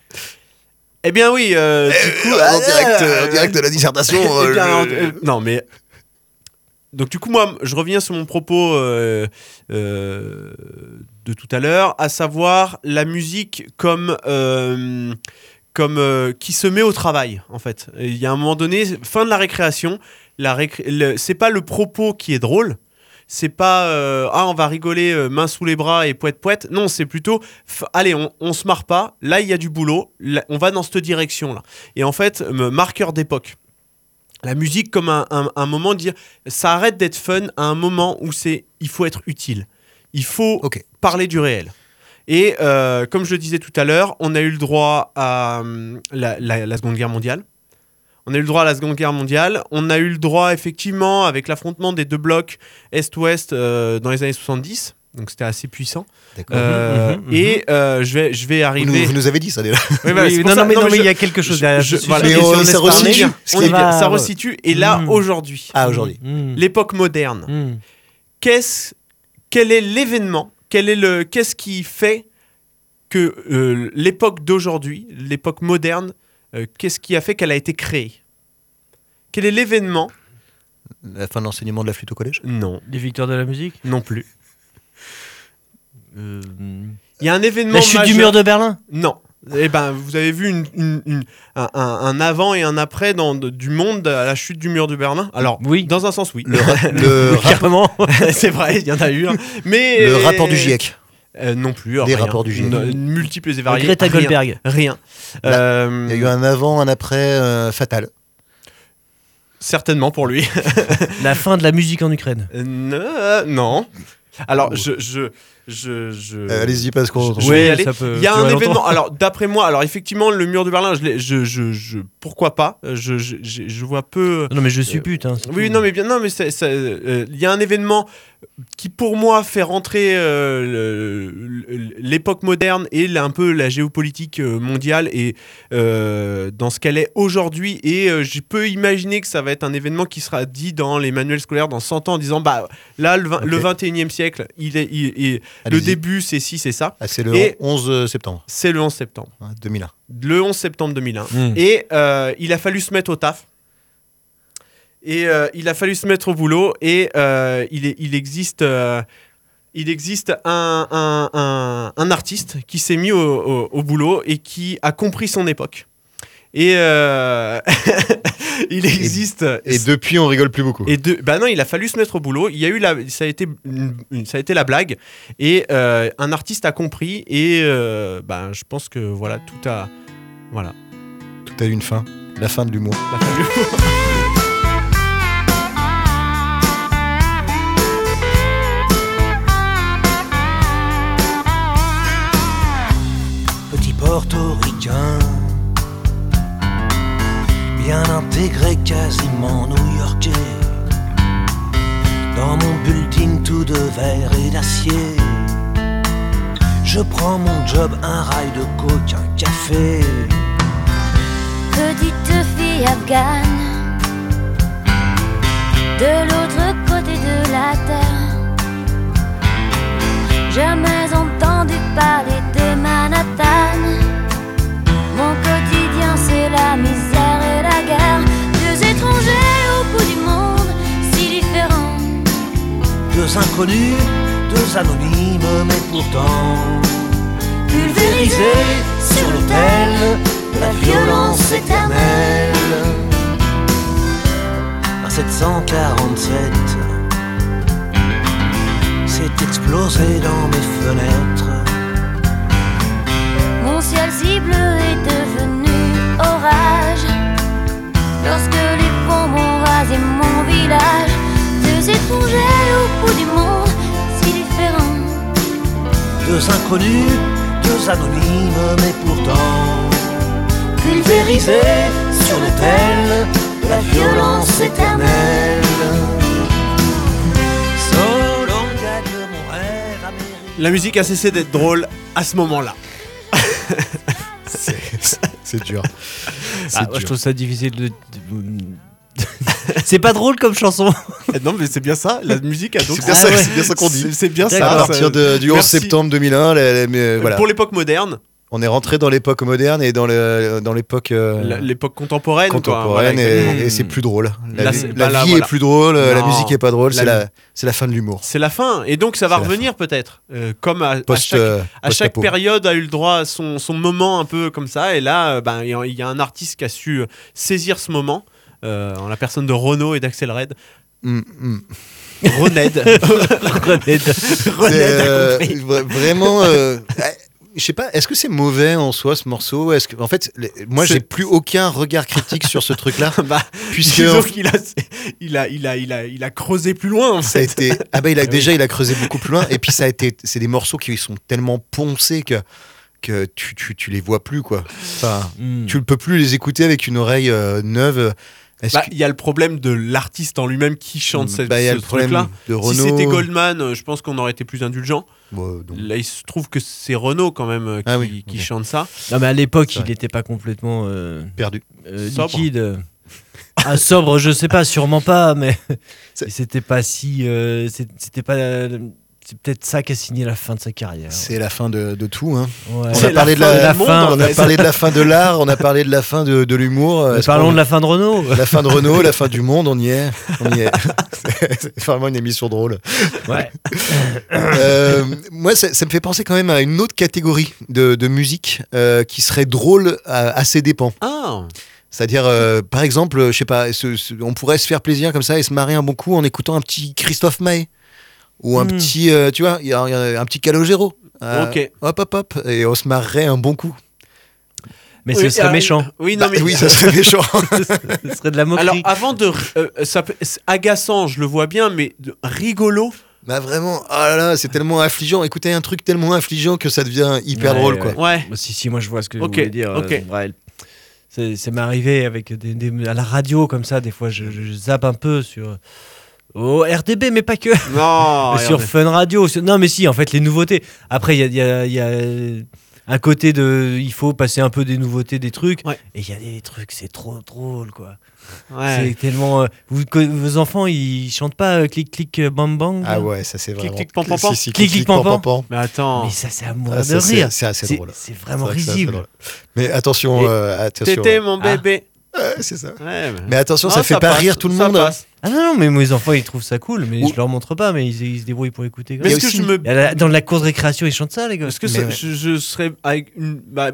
S6: Eh bien oui, euh, du coup,
S4: en direct, euh, en direct de la dissertation,
S6: Eh
S4: euh,
S6: bien,
S4: je-
S6: en- euh, Non mais donc du coup moi je reviens sur mon propos euh, euh, de tout à l'heure, à savoir la musique comme euh, comme euh, qui se met au travail en fait. Et Il y a un moment donné, fin de la récréation, la récré- le- c'est pas le propos qui est drôle. C'est pas euh, ah on va rigoler euh, main sous les bras et poète poète. Non, c'est plutôt f- allez on, on se marre pas. Là il y a du boulot. Là, on va dans cette direction là. Et en fait me- marqueur d'époque la musique comme un, un- un moment de dire ça arrête d'être fun à un moment où c'est il faut être utile il faut parler du réel et euh, comme je le disais tout à l'heure on a eu le droit à hum, la, la- la seconde guerre mondiale on a eu le droit à la Seconde Guerre mondiale. On a eu le droit, effectivement, avec l'affrontement des deux blocs Est-Ouest euh, dans les années 70. Donc c'était assez puissant.
S4: D'accord.
S6: Euh,
S4: Mhm, mhm, mhm.
S6: Et euh, je, vais, je vais
S4: Vous
S6: arriver.
S4: nous, vous nous avez dit ça déjà.
S6: Oui, voilà, c'est pour
S14: non,
S6: ça.
S14: non, mais- non, mais
S6: je-
S14: il y a quelque chose
S6: je-
S14: derrière,
S6: je-
S14: je-
S6: voilà,
S14: mais
S6: et
S14: on-
S5: euh,
S6: sur
S14: ça
S6: l'espace,
S14: resitue, ce
S6: on
S14: qui
S6: y vient,
S14: va-
S6: Ça resitue. Et là,
S14: Mm.
S6: aujourd'hui. Hmm.
S4: Ah, aujourd'hui.
S14: Mm.
S6: L'époque moderne.
S5: Hmm.
S14: Hmm.
S6: Qu'est-ce, quel est l'événement Quel est le Qu'est-ce qui fait que euh, l'époque d'aujourd'hui, l'époque moderne, euh, qu'est-ce qui a fait qu'elle a été créée Quel est l'événement
S4: La fin de l'enseignement de la flûte au collège
S6: Non.
S14: Les victoires de la musique euh,
S6: Non plus. Il y a un événement.
S14: La chute du
S6: majeur-
S14: mur de Berlin
S6: Non. Eh ben, vous avez vu une- une- une- un, un- un avant et un après dans, de- du monde à la chute du mur de Berlin. Alors, oui. dans un sens, oui.
S4: Le ra- le rap-
S14: Carrément.
S6: c'est vrai, il y en a eu. un. Mais
S4: Le rapport du GIEC.
S6: Euh, non plus.
S4: Des
S6: rien.
S4: rapports du GIEC.
S6: N- Multiples et variés.
S4: Greta
S6: rien.
S4: Goldberg.
S6: Rien.
S4: Là,
S6: Euh,
S4: Bah, Il y a eu un avant, un après euh, fatal.
S6: Certainement pour lui.
S14: La fin de la musique en Ukraine.
S6: Euh, ne- euh, non. Alors, je. je, je, je-
S4: Euh, allez-y, parce qu'on-
S6: je- je
S4: Ouais,
S6: vais y aller.
S4: ça peut
S6: Il y a
S4: durer
S6: un
S4: longtemps.
S6: événement. Alors, d'après moi, alors effectivement, le mur de Berlin, je, l'ai- je, je, je- pourquoi pas Euh, je, je, je- je vois peu.
S14: Non, mais je suis pute, hein, c'est
S6: oui,
S14: tout.
S6: non, mais bien. Non, mais ça- ça, euh, il y a un événement qui, pour moi, fait rentrer euh, le- l'époque moderne et la- un peu la géopolitique euh, mondiale et euh, dans ce qu'elle est aujourd'hui. Et euh, je peux imaginer que ça va être un événement qui sera dit dans les manuels scolaires dans 100 ans en disant bah là, le, vingt-
S4: Ok.
S6: le 21e siècle, il est, il- il- le
S4: Allez-y.
S6: début, c'est ci, c'est ça.
S4: Ah, c'est le
S6: Et
S4: 11 septembre
S6: c'est le 11 septembre.
S4: hein, 2001.
S6: Le 11 septembre 2001.
S4: Mm.
S6: Et euh, il a fallu se mettre au taf. Et euh, il a fallu se mettre au boulot. Et euh, il, est- il existe, euh, il existe un, un- un- un artiste qui s'est mis au, au- au boulot et qui a compris son époque. Et euh, il existe.
S4: Et depuis, on rigole plus beaucoup.
S6: Et de, bah non, il a fallu se mettre au boulot. Il y a eu la, ça a été, une- une- ça a été la blague. Et euh, un artiste a compris. Et euh, bah, je pense que voilà, tout a, voilà.
S4: Tout a eu une fin. La fin de l'humour.
S6: La fin du-
S15: petit portoricain, bien intégré, quasiment new-yorkais. Dans mon building tout de verre et d'acier, je prends mon job, un rail de coke, un café.
S16: Petite fille afghane De l'autre côté de la terre Jamais entendu parler de Manhattan Mon quotidien c'est la misère et la guerre Deux étrangers au bout du monde
S15: inconnus, deux anonymes mais pourtant pulvérisés sur l'autel de la violence éternelle. À 747, c'est explosé dans mes fenêtres.
S16: Mon ciel si bleu est devenu orage. Lorsque les ponts m'ont rasé mon village, deux étrangers au bout du monde, si différents.
S15: Deux inconnus, deux anonymes, mais pourtant pulvérisés sur l'autel de la violence éternelle. Solon gagne mon rêve américain.
S6: La musique a cessé d'être drôle à ce moment-là.
S4: C'est dur.
S5: Ah, moi, je trouve ça difficile de. de- c'est pas drôle comme chanson.
S6: non, mais c'est bien ça. La musique a donc.
S4: C'est bien ça- c'est bien ça qu'on dit.
S6: C'est- Ah, C'est bien ça.
S4: À partir de- du 11
S6: Merci.
S4: septembre 2001, les- les- mais, voilà.
S6: Pour l'époque moderne,
S4: on est rentré dans l'époque moderne et dans le- dans l'époque euh,
S6: la- l'époque contemporaine. quoi. hein,
S4: contemporaine
S6: Voilà,
S4: et-
S6: exactement.
S4: et, c'est plus drôle. La,
S6: Là,
S4: vie,
S6: c'est-
S4: la
S6: bah, là,
S4: vie
S6: voilà.
S4: est plus drôle, la
S6: Non.
S4: musique est pas drôle, c'est
S6: La-
S4: la, c'est la fin de l'humour.
S6: C'est la fin. Et donc ça va
S4: C'est la
S6: revenir peut-être. Euh, comme à, à
S4: Post-
S6: chaque,
S4: euh,
S6: à chaque
S4: post-apo.
S6: période a eu le droit à son, son moment un peu comme ça. Et là, euh, ben, il y a- il y a un artiste qui a su euh, saisir ce moment. euh, en la personne de Renaud et d'Axel Red.
S4: Mm,
S6: Roned.
S5: Roned.
S4: C'est,
S6: Roned a
S4: euh,
S6: compris.
S4: vra- vraiment. euh, euh, je sais pas, est-ce que c'est mauvais en soi ce morceau est que, En fait, les- moi
S6: C'est-
S4: j'ai plus aucun regard critique sur ce truc-là.
S6: bah,
S4: puisque
S6: disons qu'il a, il a, il a, il a, il a creusé plus loin. En
S4: ça a
S6: fait.
S4: été. Ah bah, il a, déjà, il a creusé beaucoup plus loin. Et puis, ça a été. C'est des morceaux qui sont tellement poncés que, que tu, tu, tu les vois plus, quoi. Enfin,
S6: Hmm.
S5: Mm.
S4: tu ne peux plus les écouter avec une oreille euh, neuve. Est-ce
S6: Bah,
S4: que-
S6: Il y a le problème de l'artiste en lui-même qui chante cette,
S4: Bah, il y a
S6: ce
S4: le problème
S6: truc-là.
S4: de
S6: si
S4: Renaud.
S6: c'était Goldman, euh, je pense qu'on aurait été plus indulgent.
S4: Bon, donc,
S6: Là, il se trouve que c'est Renaud quand même euh, qui,
S4: Ah oui,
S6: qui
S4: ok.
S6: chante ça.
S5: Non, mais à l'époque,
S6: C'est
S5: il
S6: vrai.
S5: n'était pas complètement euh,
S4: perdu.
S5: euh,
S6: Sobre.
S5: liquide. Ah, sobre, je sais pas, sûrement pas, mais mais c'était pas si. euh, c'est- c'était pas. c'est peut-être ça qui a signé la fin de sa carrière.
S4: C'est la fin de, de tout. Hein.
S5: Ouais.
S4: On
S6: C'est
S4: a
S6: la
S4: parlé de
S6: fin
S4: la,
S6: du monde,
S5: en
S4: on a
S6: fait.
S4: parlé de la fin de l'art, on a parlé de la fin de, de l'humour.
S5: Mais
S4: Est-ce
S5: Parlons
S4: qu'on-
S5: de la fin de Renault.
S4: la fin de Renault, la fin du monde, on y est. On y est. C'est vraiment une émission drôle.
S5: Ouais.
S4: Euh, moi, ça, ça me fait penser quand même à une autre catégorie de, de musique euh, qui serait drôle à, à ses dépens.
S6: Ah,
S4: C'est-à-dire, euh, par exemple, euh, je sais pas, ce- ce- on pourrait se faire plaisir comme ça et se marrer un bon coup en écoutant un petit Christophe May ou un
S5: Hmm.
S4: petit, euh, tu vois, il y a- il y a un petit Calogero. Euh,
S6: Ok.
S4: Hop, hop, hop, et on se marrerait un bon coup.
S5: Mais
S6: Oui,
S5: ce serait
S6: euh,
S5: méchant.
S6: Oui, non,
S4: Bah,
S6: mais
S4: oui, ça serait méchant.
S5: ce serait de la moquerie.
S6: Alors, avant de. euh, ça peut- c'est agaçant, je le vois bien, mais de- rigolo.
S4: bah vraiment, oh là là, c'est tellement affligeant. Écoutez, un truc tellement affligeant que ça devient hyper
S5: Ouais,
S4: drôle,
S5: ouais.
S4: quoi.
S6: Ouais.
S5: Bah, si, si, moi je vois ce que
S6: Ok,
S5: vous voulez dire. euh,
S6: ok.
S5: Brel. C'est c'est m'est arrivé avec des, des- à la radio comme ça, des fois je, je- je zappe un peu sur. Oh, RTB, mais pas que.
S6: Non.
S5: sur
S6: regardez.
S5: Fun Radio. sur- Non, mais si, en fait, les nouveautés. Après, il y a, il y a- il y a un côté de. Il faut passer un peu des nouveautés, des trucs.
S6: Ouais.
S5: Et il y a des trucs, c'est trop drôle, quoi.
S6: Ouais.
S5: C'est tellement. euh, vous- que- vos enfants, ils chantent pas euh, clic, clic, euh, bam, bam.
S4: Ah
S5: là
S4: ouais, ça c'est vraiment.
S6: clic, pan, pan, pan.
S4: Si, si,
S5: Clic, clic, pan, pan.
S4: pan.
S6: Mais attends.
S5: Mais ça, c'est à mourir de
S4: Ah, ça, c'est-
S5: rire.
S4: C'est assez
S5: C'est-
S4: drôle.
S5: C'est vraiment
S4: C'est vrai que c'est assez
S5: risible.
S4: drôle. Mais attention,
S6: Et
S4: euh, attention.
S6: T'étais mon
S5: Ah.
S6: bébé.
S4: Ouais, c'est ça.
S6: Ouais, mais-
S4: Mais attention,
S6: Non,
S4: ça fait pas
S6: passe,
S4: rire tout le
S6: ça
S4: monde. hein.
S6: passe.
S5: Ah non, non, mais mes enfants, ils trouvent ça cool, mais
S4: Ou-
S5: je leur montre pas, mais ils, ils se débrouillent pour écouter. quoi.
S6: Mais
S4: Il y a
S6: est-ce que
S4: aussi-
S6: je me.
S5: Et à la- Dans la cour de récréation, ils chantent ça, les gars.
S6: Est-ce que
S4: Mais
S6: ça-
S4: ouais.
S6: je, je serais avec une, bah,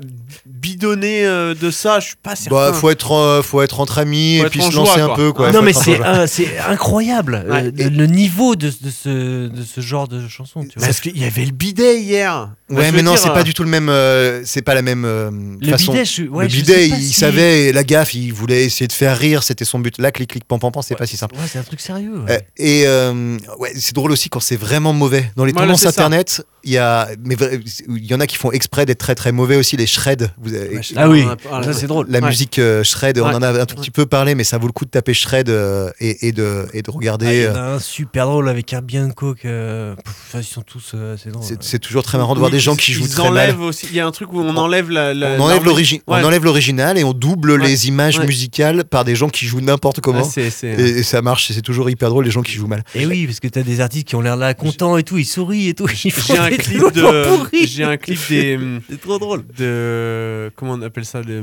S6: bidonné euh, de ça Je suis pas certain.
S4: Bah, faut être, euh, faut être entre amis
S6: Faut
S4: et puis
S6: être en
S4: se lancer
S6: joie,
S4: un
S6: quoi.
S4: peu, quoi.
S5: non,
S4: Faut
S5: mais
S4: être en
S5: c'est
S4: joie.
S5: un- c'est incroyable euh,
S6: Ouais,
S5: de-
S4: et-
S5: le niveau de, de ce, de ce genre de chanson. Tu vois.
S6: Parce qu'il y avait le bidet hier. Bah, je
S4: Ouais,
S6: veux
S4: mais non,
S6: dire,
S4: c'est
S6: euh,
S4: pas du tout le même. euh, c'est pas la même euh,
S5: Le
S4: façon.
S5: bidet, je, ouais,
S4: le
S5: je
S4: bidet,
S5: sais pas
S4: il
S5: si-
S4: savait, et la gaffe, il voulait essayer de faire rire, c'était son but. Là, clic, clic, pan, pan, pan, c'est pas si simple.
S5: Ouais, c'est un truc sérieux. ouais.
S4: Euh, et euh, ouais, c'est drôle aussi quand c'est vraiment mauvais. Dans les
S6: Voilà,
S4: tendances
S6: c'est ça.
S4: internet, il y a, mais vra- il y en a qui font exprès d'être très très mauvais aussi. Les shreds, vous avez-
S5: Ah oui,
S6: Ah,
S5: ça c'est drôle.
S4: la
S6: Ouais.
S4: musique euh, shred, on
S6: Ouais.
S4: en a un tout petit peu parlé, mais ça vaut le coup de taper shred euh, et, et de et de
S5: Ah, il
S4: regarder.
S5: y en
S4: euh,
S5: a un super drôle avec un Bianco que. pff, ils sont tous euh, assez drôles.
S4: c'est- c'est toujours très marrant de voir
S6: Oui,
S4: des gens qui
S6: ils
S4: jouent très mal.
S6: enlèvent aussi. Il y a un truc où on enlève la. la-
S4: On enlève
S6: l'origine.
S4: l'origi-
S6: Ouais.
S4: on enlève l'original et on double les images
S6: Ouais.
S4: musicales par des gens qui jouent n'importe
S6: Ah,
S4: comment.
S6: c'est- c'est-
S4: et, et ça marche, c'est toujours hyper drôle les gens qui jouent mal.
S5: Et oui, parce que t'as des artistes qui ont l'air là contents et tout, ils sourient et tout. Ils font
S6: J'ai un
S5: des
S6: clip
S5: trucs
S6: de.
S5: pourris.
S6: J'ai un clip des. C'est trop drôle. De. Comment on appelle ça des-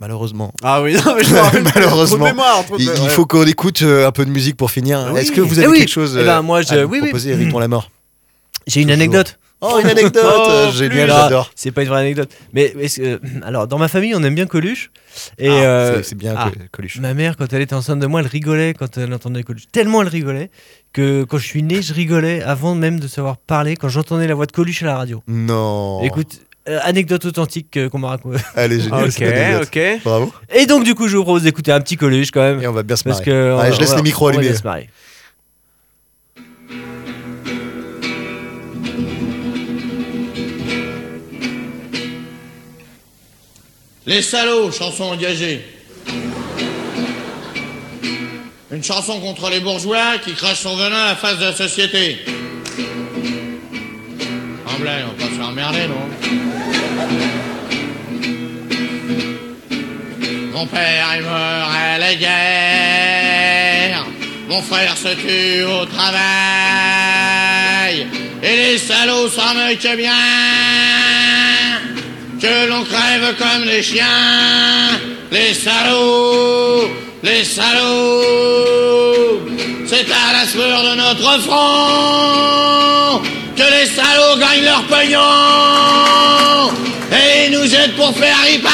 S4: malheureusement.
S6: Ah oui, non, mais je me rappelle plus. Trop
S4: malheureusement.
S6: de mémoire, trop de-
S4: il, il
S6: ouais.
S4: faut qu'on écoute euh, un peu de musique pour finir.
S6: Oui.
S4: Est-ce que vous
S6: Eh
S4: avez
S6: oui.
S4: quelque chose euh,
S6: Eh ben, moi, je-
S4: à nous
S6: oui, oui.
S4: proposer, Eric, pour la mort
S5: J'ai une anecdote.
S4: Oh, une anecdote, euh, génial,
S5: plus. Ah,
S4: j'adore.
S5: C'est pas une vraie anecdote. Mais est-ce que- euh, alors, dans ma famille, on aime bien Coluche. Et
S4: Ah,
S5: euh,
S4: c'est- c'est bien, Col- Coluche.
S5: Ma mère, quand elle était enceinte de moi, elle rigolait quand elle entendait Coluche. Tellement elle rigolait que quand je suis né, je rigolais avant même de savoir parler quand j'entendais la voix de Coluche à la radio.
S4: Non.
S5: Écoute, euh, anecdote authentique euh, qu'on m'a racontée.
S4: Elle est géniale, cette anecdote. Bravo.
S5: Et donc, du coup, je vous propose d'écouter un petit Coluche quand même.
S4: Et on va bien se
S5: Parce
S4: marrer.
S5: que,
S4: Allez,
S5: on-
S4: je laisse
S5: on-
S4: les micros
S5: on va bien
S4: allumés.
S5: se marrer.
S17: Les salauds, chanson engagée. Une chanson contre les bourgeois qui crachent son venin à la face de la société. En blague, on va pas se faire emmerder, non Mon père est mort à la guerre. Mon frère se tue au travail. Et les salauds s'en moquent bien que l'on crève comme les chiens, les salauds, les salauds. C'est à la sueur de notre front que les salauds gagnent leur pognon et ils nous aident pour faire ripaille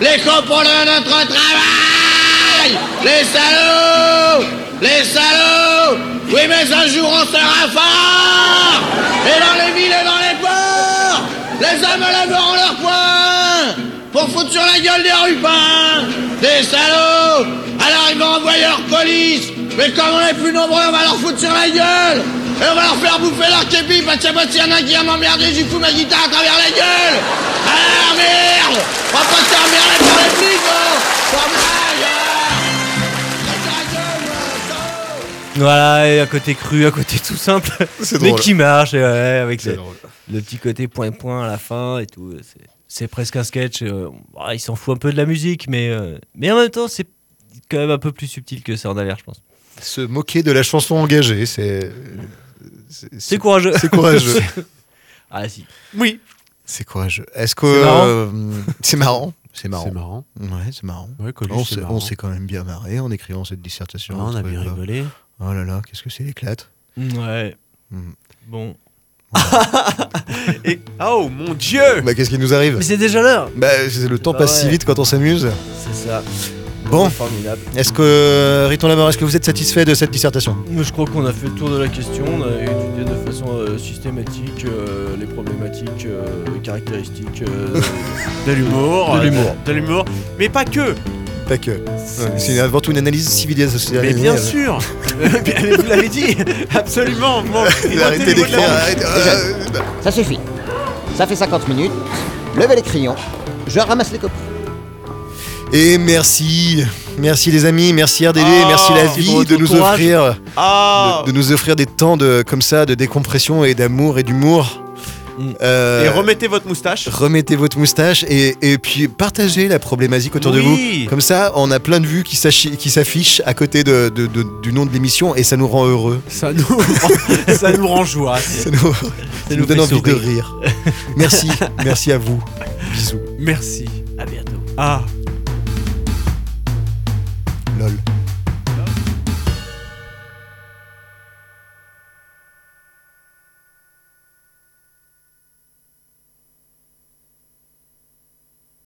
S17: les copains de notre travail, les salauds, les salauds. Oui, mais un jour on sera fort et dans les villes et dans les ports, les hommes lèveront leurs poings pour foutre sur la gueule des rupins, des salauds. Alors ils vont envoyer leur police, mais comme on est plus nombreux, on va leur foutre sur la gueule. Et on va leur faire bouffer leur képi, parce que c'est pas s'il y en a un qui va m'emmerder, j'y fous ma guitare à travers la gueule Ah merde On va pas se faire emmerder par les flics, hein Formidable, hein
S5: Voilà, et à côté cru, à côté tout simple,
S4: C'est
S5: mais
S4: drôle.
S5: qui marche, et ouais, avec le,
S4: drôle.
S5: le petit côté point-point à la fin et tout. euh, c'est- C'est presque un sketch. euh, bah, il s'en fout un peu de la musique, mais, euh, mais en même temps, c'est quand même un peu plus subtil que ça en a l'air, je pense.
S4: Se moquer de la chanson engagée, c'est.
S5: C'est courageux.
S4: C'est courageux.
S5: ah, si.
S6: Oui.
S4: C'est courageux. Est-ce que.
S6: C'est marrant.
S4: euh, C'est marrant. C'est marrant.
S6: C'est marrant.
S4: Ouais, c'est marrant.
S6: Ouais, Coluche,
S4: on
S6: c'est
S4: s'est-
S6: marrant.
S4: on s'est quand même bien marré en écrivant cette dissertation.
S6: Ah, on a
S4: trouvé
S6: bien
S4: ça.
S6: rigolé.
S4: Oh là là, qu'est-ce que c'est l'éclate.
S5: Ouais.
S4: Mm.
S5: Bon.
S6: Et- oh mon dieu
S4: Bah, qu'est-ce qui nous arrive
S5: Mais c'est déjà l'heure
S4: Bah, c'est- le temps
S5: pas
S4: passe si
S5: vrai.
S4: vite quand on s'amuse.
S5: C'est ça.
S4: Bon.
S5: C'est Formidable.
S4: Est-ce que, euh, Riton Lamar, est-ce que vous êtes satisfait de cette dissertation
S5: Mais je crois qu'on a fait le tour de la question, on a étudié de façon euh, systématique euh, les problématiques euh, caractéristiques euh,
S6: De l'humour.
S5: De
S6: euh,
S5: l'humour.
S6: De l'humour. Mais pas que.
S4: Pas que. Ouais, C'est avant tout une analyse civilisationnelle.
S6: Mais bien sûr. Euh, Mais Vous l'avez dit. Absolument. Bon, notez les mots de la bouche.
S4: euh,
S18: Ça suffit. Ça fait 50 minutes. Levez les crayons. Je ramasse les copies.
S4: Et merci, merci les amis, merci RDV,
S6: Ah,
S4: merci la
S6: merci pour
S4: vie
S6: votre
S4: de nous
S6: courage.
S4: offrir,
S6: Ah.
S4: de, de nous offrir des temps de comme ça de décompression et d'amour et d'humour. Euh,
S6: Mm. Et remettez votre moustache.
S4: remettez votre moustache et, et puis partagez la problématique autour de
S6: Oui.
S4: vous. Comme ça, on a plein de vues qui s'achi- qui s'affichent à côté de- de- de- du nom de l'émission et ça nous rend heureux.
S6: Ça nous rend, ça nous rend joie.
S4: Ça nous, ça nous
S6: nous
S4: donne
S6: fait
S4: envie de
S6: sourire.
S4: rire. Merci, merci à vous. Bisous.
S6: Merci.
S5: à bientôt.
S6: Ah,